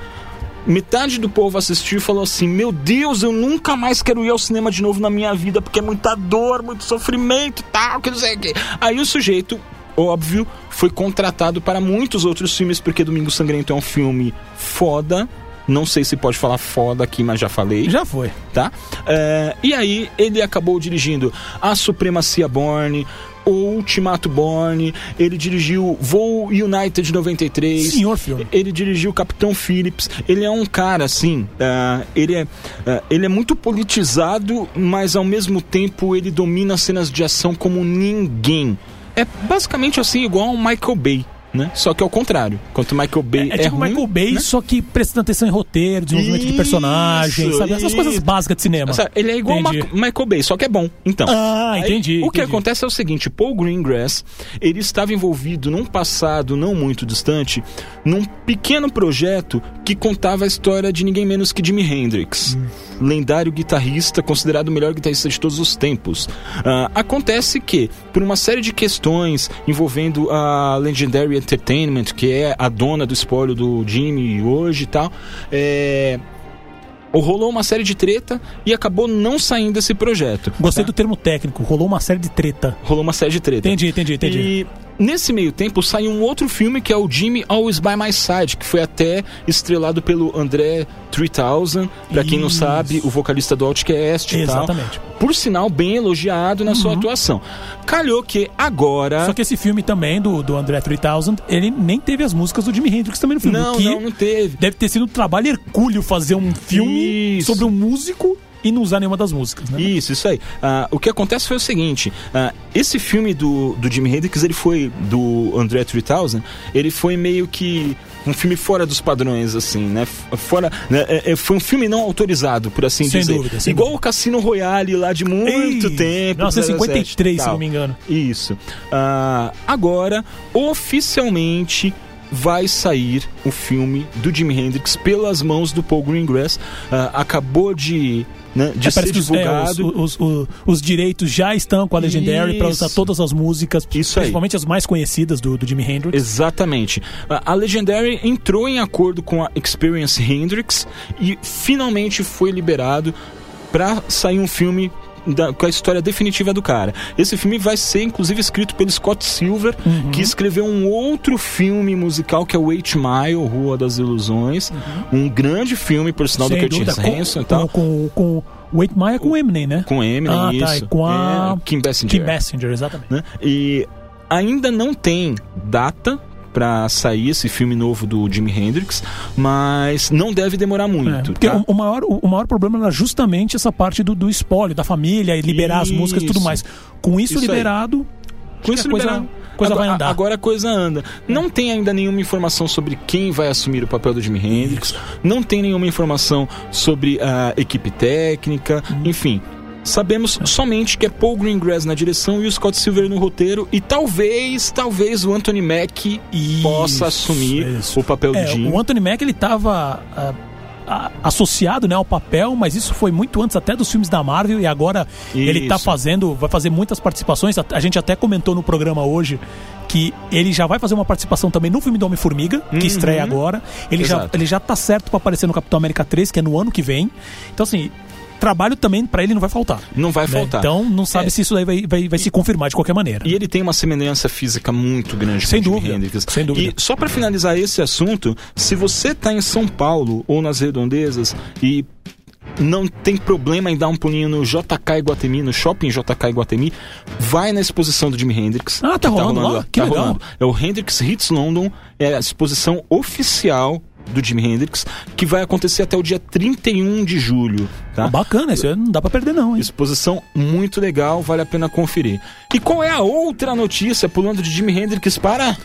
Speaker 5: metade do povo assistiu e falou assim: "Meu Deus, eu nunca mais quero ir ao cinema de novo na minha vida, porque é muita dor, muito sofrimento, tal, que não sei o quê". Aí o sujeito, óbvio, foi contratado para muitos outros filmes, porque Domingo Sangrento é um filme foda. Não sei se pode falar foda aqui, mas já falei
Speaker 1: Já foi.
Speaker 5: Eh, tá? É, e aí ele acabou dirigindo A Supremacia Born, O Ultimato Born, ele dirigiu Voo United 93.
Speaker 1: Senhor filme.
Speaker 5: Ele dirigiu Capitão Phillips. Ele é um cara, assim, ah, ele, é, ah, ele é muito politizado, mas ao mesmo tempo ele domina as cenas de ação como ninguém. É basicamente assim, igual ao Michael Bay, né? Só que ao contrário. Quanto o Michael Bay é,
Speaker 1: É, tipo
Speaker 5: ruim,
Speaker 1: Michael Bay,
Speaker 5: né?
Speaker 1: só que prestando atenção em roteiro, desenvolvimento de personagem,
Speaker 5: Isso,
Speaker 1: sabe? Essas
Speaker 5: isso.
Speaker 1: coisas básicas de cinema.
Speaker 5: Sabe, ele é igual ao
Speaker 1: Entendi.
Speaker 5: Ma- Michael Bay, só que é bom. Então.
Speaker 1: Ah, entendi.
Speaker 5: Aí, o que
Speaker 1: entendi.
Speaker 5: acontece é o seguinte: Paul Greengrass ele estava envolvido num passado não muito distante, num pequeno projeto que contava a história de ninguém menos que Jimi Hendrix, lendário guitarrista considerado o melhor guitarrista de todos os tempos. Ah, acontece que, por uma série de questões envolvendo a Legendary Entertainment, que é a dona do espólio do Jimmy hoje e tal, é, Rolou uma série de treta e acabou não saindo esse projeto.
Speaker 1: Gostei
Speaker 5: tá?
Speaker 1: do termo técnico, rolou uma série de treta.
Speaker 5: Rolou uma série de treta.
Speaker 1: Entendi, entendi, entendi.
Speaker 5: E nesse meio tempo saiu um outro filme que é o Jimmy Always By My Side, que foi até estrelado pelo André 3000, pra quem não
Speaker 1: Isso.
Speaker 5: sabe, o vocalista do Outcast e tal.
Speaker 1: Exatamente. Uhum.
Speaker 5: Por sinal, bem elogiado na sua atuação. Calhou que agora...
Speaker 1: Só que esse filme também, do, do André 3000, ele nem teve as músicas do Jimi Hendrix também no filme.
Speaker 5: Não,
Speaker 1: que
Speaker 5: não, não teve.
Speaker 1: deve ter sido um trabalho hercúleo fazer um filme
Speaker 5: Isso.
Speaker 1: sobre um músico e não usar nenhuma das músicas, né?
Speaker 5: Isso, isso aí. Ah, o que acontece foi o seguinte: ah, esse filme do, do Jimi Hendrix, ele foi do André 3000, ele foi meio que um filme fora dos padrões, assim, né? F- Fora, né? É- é- foi um filme não autorizado, por assim
Speaker 1: Sem
Speaker 5: dizer.
Speaker 1: dúvida, sem
Speaker 5: Igual
Speaker 1: dúvida.
Speaker 5: o Cassino Royale lá de muito
Speaker 1: Ei,
Speaker 5: tempo.
Speaker 1: 1953,
Speaker 5: 07,
Speaker 1: se não
Speaker 5: tal.
Speaker 1: me engano.
Speaker 5: Isso. Ah, agora, oficialmente, vai sair o filme do Jimi Hendrix pelas mãos do Paul Greengrass. Ah, acabou de, né, de
Speaker 1: É,
Speaker 5: ser
Speaker 1: parece que os, é,
Speaker 5: divulgado.
Speaker 1: os- os- o- os direitos já estão com a Legendary para usar
Speaker 5: Isso.
Speaker 1: todas as músicas,
Speaker 5: Isso aí.
Speaker 1: principalmente as mais conhecidas do, do Jimi Hendrix.
Speaker 5: Exatamente. A a Legendary entrou em acordo com a Experience Hendrix e finalmente foi liberado pra sair um filme da- com a história definitiva do cara. Esse filme vai ser inclusive escrito pelo Scott Silver,
Speaker 1: Uhum.
Speaker 5: que escreveu um outro filme musical que é o Eight Mile, Rua das Ilusões, um grande filme por sinal do
Speaker 1: Uhum. Sem
Speaker 5: Curtis
Speaker 1: dúvida, com-
Speaker 5: Hanson e tal,
Speaker 1: Com, com, com o Wait Maya com o Eminem, né?
Speaker 5: com Eminem
Speaker 1: ah,
Speaker 5: isso,
Speaker 1: tá, e com a
Speaker 5: É, Kim Basinger
Speaker 1: Kim Messenger, exatamente.
Speaker 5: né? E ainda não tem data pra sair esse filme novo do Jimi Hendrix, mas não deve demorar
Speaker 1: É,
Speaker 5: muito,
Speaker 1: porque
Speaker 5: tá?
Speaker 1: o, o maior, o, o maior problema era justamente essa parte do, do espólio, da família, e liberar as músicas e tudo
Speaker 5: Isso.
Speaker 1: mais. Com isso,
Speaker 5: Isso aí.
Speaker 1: liberado,
Speaker 5: Com isso
Speaker 1: a coisa-
Speaker 5: liberado.
Speaker 1: coisa
Speaker 5: agora,
Speaker 1: vai andar. É.
Speaker 5: agora a coisa anda. Não tem ainda nenhuma informação sobre quem vai assumir o papel do Jimi Hendrix, não tem nenhuma informação sobre a equipe técnica,
Speaker 1: Uhum.
Speaker 5: enfim. Sabemos somente que é Paul Greengrass na direção e o Scott Silver no roteiro e talvez, talvez o Anthony Mack possa
Speaker 1: Isso,
Speaker 5: assumir
Speaker 1: isso.
Speaker 5: o papel do
Speaker 1: É,
Speaker 5: Jimi.
Speaker 1: o Anthony Mack ele estava associado né, ao papel, mas isso foi muito antes até dos filmes da Marvel e agora ele está
Speaker 5: Isso.
Speaker 1: fazendo, vai fazer muitas participações. A, a gente até comentou no programa hoje que ele já vai fazer uma participação também no filme do Homem Formiga que estreia agora. Ele já
Speaker 5: Uhum. Exato.
Speaker 1: ele já tá certo para aparecer no Capitão América 3, que é no ano que vem. Então assim, trabalho também para ele não vai faltar.
Speaker 5: Não vai
Speaker 1: né?
Speaker 5: faltar.
Speaker 1: Então não sabe
Speaker 5: É.
Speaker 1: se isso daí vai, vai, vai se confirmar de qualquer maneira.
Speaker 5: E ele tem uma semelhança física muito grande
Speaker 1: Sem
Speaker 5: com o Jimi
Speaker 1: dúvida,
Speaker 5: Hendrix.
Speaker 1: sem dúvida.
Speaker 5: E só pra finalizar esse assunto, se você tá em São Paulo ou nas redondezas e não tem problema em dar um pulinho no JK Iguatemi, no shopping JK Iguatemi, vai na exposição do Jimi Hendrix.
Speaker 1: Ah, tá
Speaker 5: que
Speaker 1: rolando lá? Que
Speaker 5: tá
Speaker 1: legal.
Speaker 5: rolando. É o Hendrix Hits London, é a exposição oficial do Jimi Hendrix, que vai acontecer até o dia 31 de julho. Tá?
Speaker 1: Bacana, isso aí não dá para perder não, hein?
Speaker 5: Exposição muito legal, vale a pena conferir. E qual é a outra notícia pulando de Jimi Hendrix para.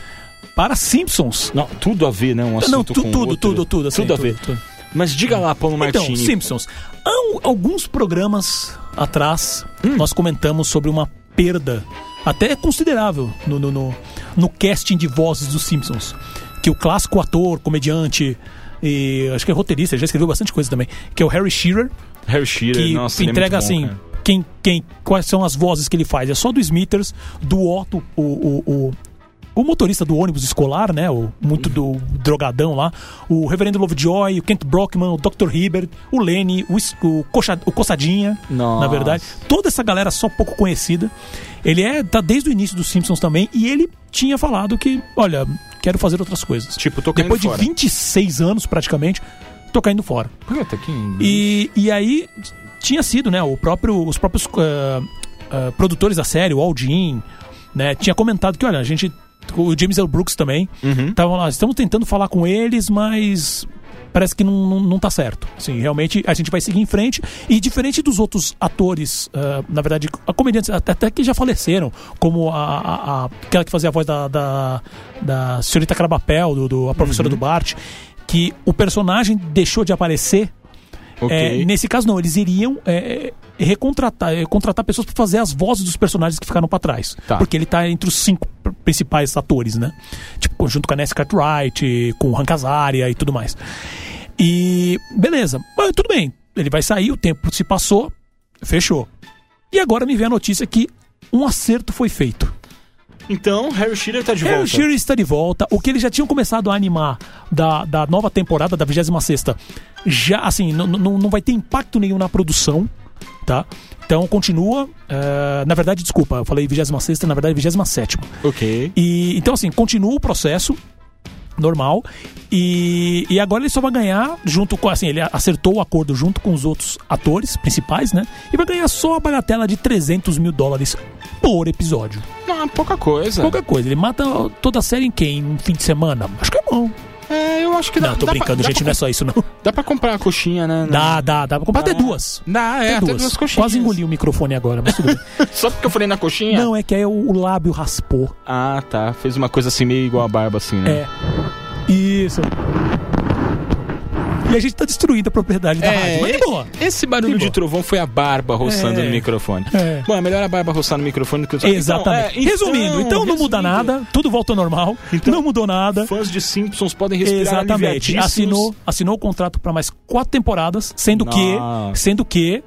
Speaker 1: Para Simpsons.
Speaker 5: Não, tudo a ver, né? Um assunto
Speaker 1: Não, tu-
Speaker 5: com o
Speaker 1: tudo,
Speaker 5: outro.
Speaker 1: tudo, tudo, assim,
Speaker 5: tudo a
Speaker 1: tudo,
Speaker 5: ver.
Speaker 1: tudo.
Speaker 5: Mas diga lá, Paulo
Speaker 1: Então,
Speaker 5: Martini.
Speaker 1: Simpsons. Há um- alguns programas atrás, nós comentamos sobre uma perda até considerável no, no, no, no casting de vozes dos Simpsons. Que o clássico ator, comediante e acho que é roteirista, já escreveu bastante coisa também, que é o Harry Shearer,
Speaker 5: Harry Shearer,
Speaker 1: que
Speaker 5: nossa, ele é
Speaker 1: entrega
Speaker 5: muito bom,
Speaker 1: assim.
Speaker 5: cara.
Speaker 1: Quem, quem, quais são as vozes que ele faz? É só do Smithers, do Otto, o, o, o, o motorista do ônibus escolar, né? O muito do drogadão lá, o Reverendo Lovejoy, o Kent Brockman, o Dr. Hibbert, o Lenny, o, es- o, Coxa, o Coçadinha,
Speaker 5: Nossa.
Speaker 1: na verdade. Toda essa galera só pouco conhecida. Ele é, tá desde o início dos Simpsons também, e ele tinha falado que, olha, quero fazer outras coisas.
Speaker 5: Tipo, tô caindo
Speaker 1: Depois de
Speaker 5: fora.
Speaker 1: 26 anos, praticamente, tô caindo fora.
Speaker 5: Puta, que...
Speaker 1: E, e aí eh, tinha sido, né? O próprio, os próprios ah, ah, produtores da série, o Aldin, né, tinha comentado que, olha, a gente. O James L. Brooks também. Estavam lá, estamos tentando falar com eles, mas. Parece que não, não, não tá certo. Sim, realmente a gente vai seguir em frente. E diferente dos outros atores, ah, na verdade, a- comediantes até, até que já faleceram, como a, a- a- aquela que fazia a voz da, da, da senhorita Crabapel, do, do- a professora do Bart, que o personagem deixou de aparecer
Speaker 5: Ok.
Speaker 1: é, nesse caso, não, eles iriam é, é, recontratar, é, contratar pessoas para fazer as vozes dos personagens que ficaram para trás.
Speaker 5: Tá.
Speaker 1: Porque ele tá entre os cinco pr- principais atores, né? Tipo, junto com a Nancy Cartwright, com o Hank Azaria e tudo mais. E beleza, mas tudo bem. Ele vai sair, o tempo se passou, fechou. E agora me vem a notícia que um acerto foi feito.
Speaker 5: Então, Harry Shearer tá de
Speaker 1: Harry
Speaker 5: volta.
Speaker 1: Shearer está de volta. O que eles já tinham começado a animar da, da nova temporada, da 26 já, assim, não- não não vai ter impacto nenhum na produção, tá? Então continua. eh, na verdade, desculpa, eu falei 26, na verdade, 27.
Speaker 5: Ok.
Speaker 1: E então assim, continua o processo normal e, e agora ele só vai ganhar junto com assim, ele acertou o acordo junto com os outros atores principais, né? E vai ganhar só a bagatela de 300 mil dólares por episódio.
Speaker 5: Ah, pouca coisa.
Speaker 1: Qualquer coisa, ele mata toda a série em quem? Em Um fim de semana? Acho que é bom.
Speaker 5: É, eu acho que dá
Speaker 1: Não, tô
Speaker 5: dá pra-
Speaker 1: brincando,
Speaker 5: dá
Speaker 1: gente,
Speaker 5: pra-
Speaker 1: não é só isso, (laughs) não.
Speaker 5: Dá pra comprar a coxinha, né?
Speaker 1: Dá, dá, dá. Vou comprar até duas.
Speaker 5: Dá, é,
Speaker 1: Ah. Até
Speaker 5: até duas, coxinhas.
Speaker 1: Quase engoli o microfone agora, mas tudo bem.
Speaker 5: (laughs) Só porque eu falei na coxinha?
Speaker 1: não, é que aí o, o lábio raspou.
Speaker 5: Ah, tá. Fez uma coisa assim, meio igual a barba, assim, né?
Speaker 1: É. Isso. E a gente tá destruindo a propriedade da rádio, mas de boa.
Speaker 5: É, Esse barulho
Speaker 1: De boa.
Speaker 5: de trovão foi a barba roçando
Speaker 1: É.
Speaker 5: no microfone.
Speaker 1: É.
Speaker 5: Bom, é melhor a barba roçar no microfone do que o
Speaker 1: Exatamente.
Speaker 5: Então, é,
Speaker 1: resumindo, então não muda
Speaker 5: resumindo,
Speaker 1: nada, tudo volta ao normal, não mudou nada.
Speaker 5: Fãs de Simpsons podem respirar
Speaker 1: Exatamente.
Speaker 5: aliviadíssimos.
Speaker 1: Assinou, assinou o contrato para mais quatro temporadas, sendo
Speaker 5: Nossa.
Speaker 1: que, sendo que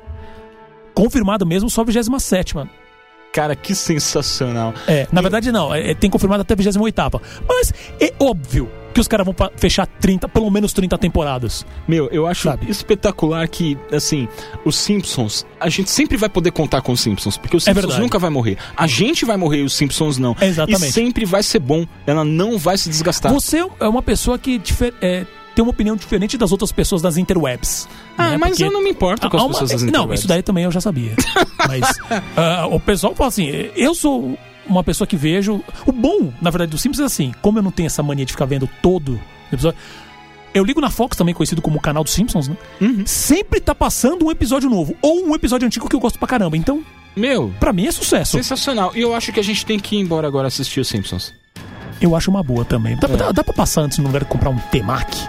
Speaker 1: confirmado mesmo só a 27
Speaker 5: Cara, que sensacional.
Speaker 1: É, na verdade não, é, é, tem confirmado até a 28 Mas é óbvio que os caras vão pa- fechar 30, pelo menos 30 temporadas.
Speaker 5: Meu, eu acho
Speaker 1: Sabe?
Speaker 5: espetacular que, assim, os Simpsons, a gente sempre vai poder contar com os Simpsons, porque os
Speaker 1: É
Speaker 5: Simpsons
Speaker 1: verdade.
Speaker 5: nunca vai morrer. A gente vai morrer e os Simpsons não.
Speaker 1: Exatamente.
Speaker 5: E sempre vai ser bom. Ela não vai se desgastar.
Speaker 1: Você é uma pessoa que difer- é, tem uma opinião diferente das outras pessoas das interwebs.
Speaker 5: Ah,
Speaker 1: né?
Speaker 5: mas
Speaker 1: Porque-
Speaker 5: eu não me importo com
Speaker 1: Há
Speaker 5: as
Speaker 1: uma-
Speaker 5: pessoas das
Speaker 1: Não,
Speaker 5: interwebs.
Speaker 1: isso daí também eu já sabia. (laughs) Mas ah, o pessoal fala assim: eu sou uma pessoa que vejo. O bom, na verdade, do Simpsons é assim: como eu não tenho essa mania de ficar vendo todo episódio. Eu ligo na Fox, também conhecido como o canal dos Simpsons, né? Sempre tá passando um episódio novo ou um episódio antigo que eu gosto pra caramba. Então,
Speaker 5: Meu,
Speaker 1: pra mim é sucesso.
Speaker 5: sensacional. E eu acho que a gente tem que ir embora agora assistir os Simpsons.
Speaker 1: Eu acho uma boa também. É. Dá, dá, dá pra passar antes no lugar de comprar um temaki?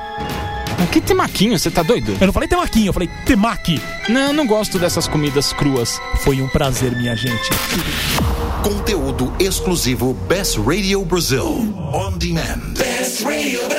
Speaker 5: Ah, Que temaquinho, você tá doido?
Speaker 1: Eu não falei temaquinho, eu falei temaki.
Speaker 5: Não, eu não gosto dessas comidas cruas.
Speaker 1: Foi um prazer, minha gente.
Speaker 4: Conteúdo exclusivo Best Radio Brasil. On demand.
Speaker 2: Best radio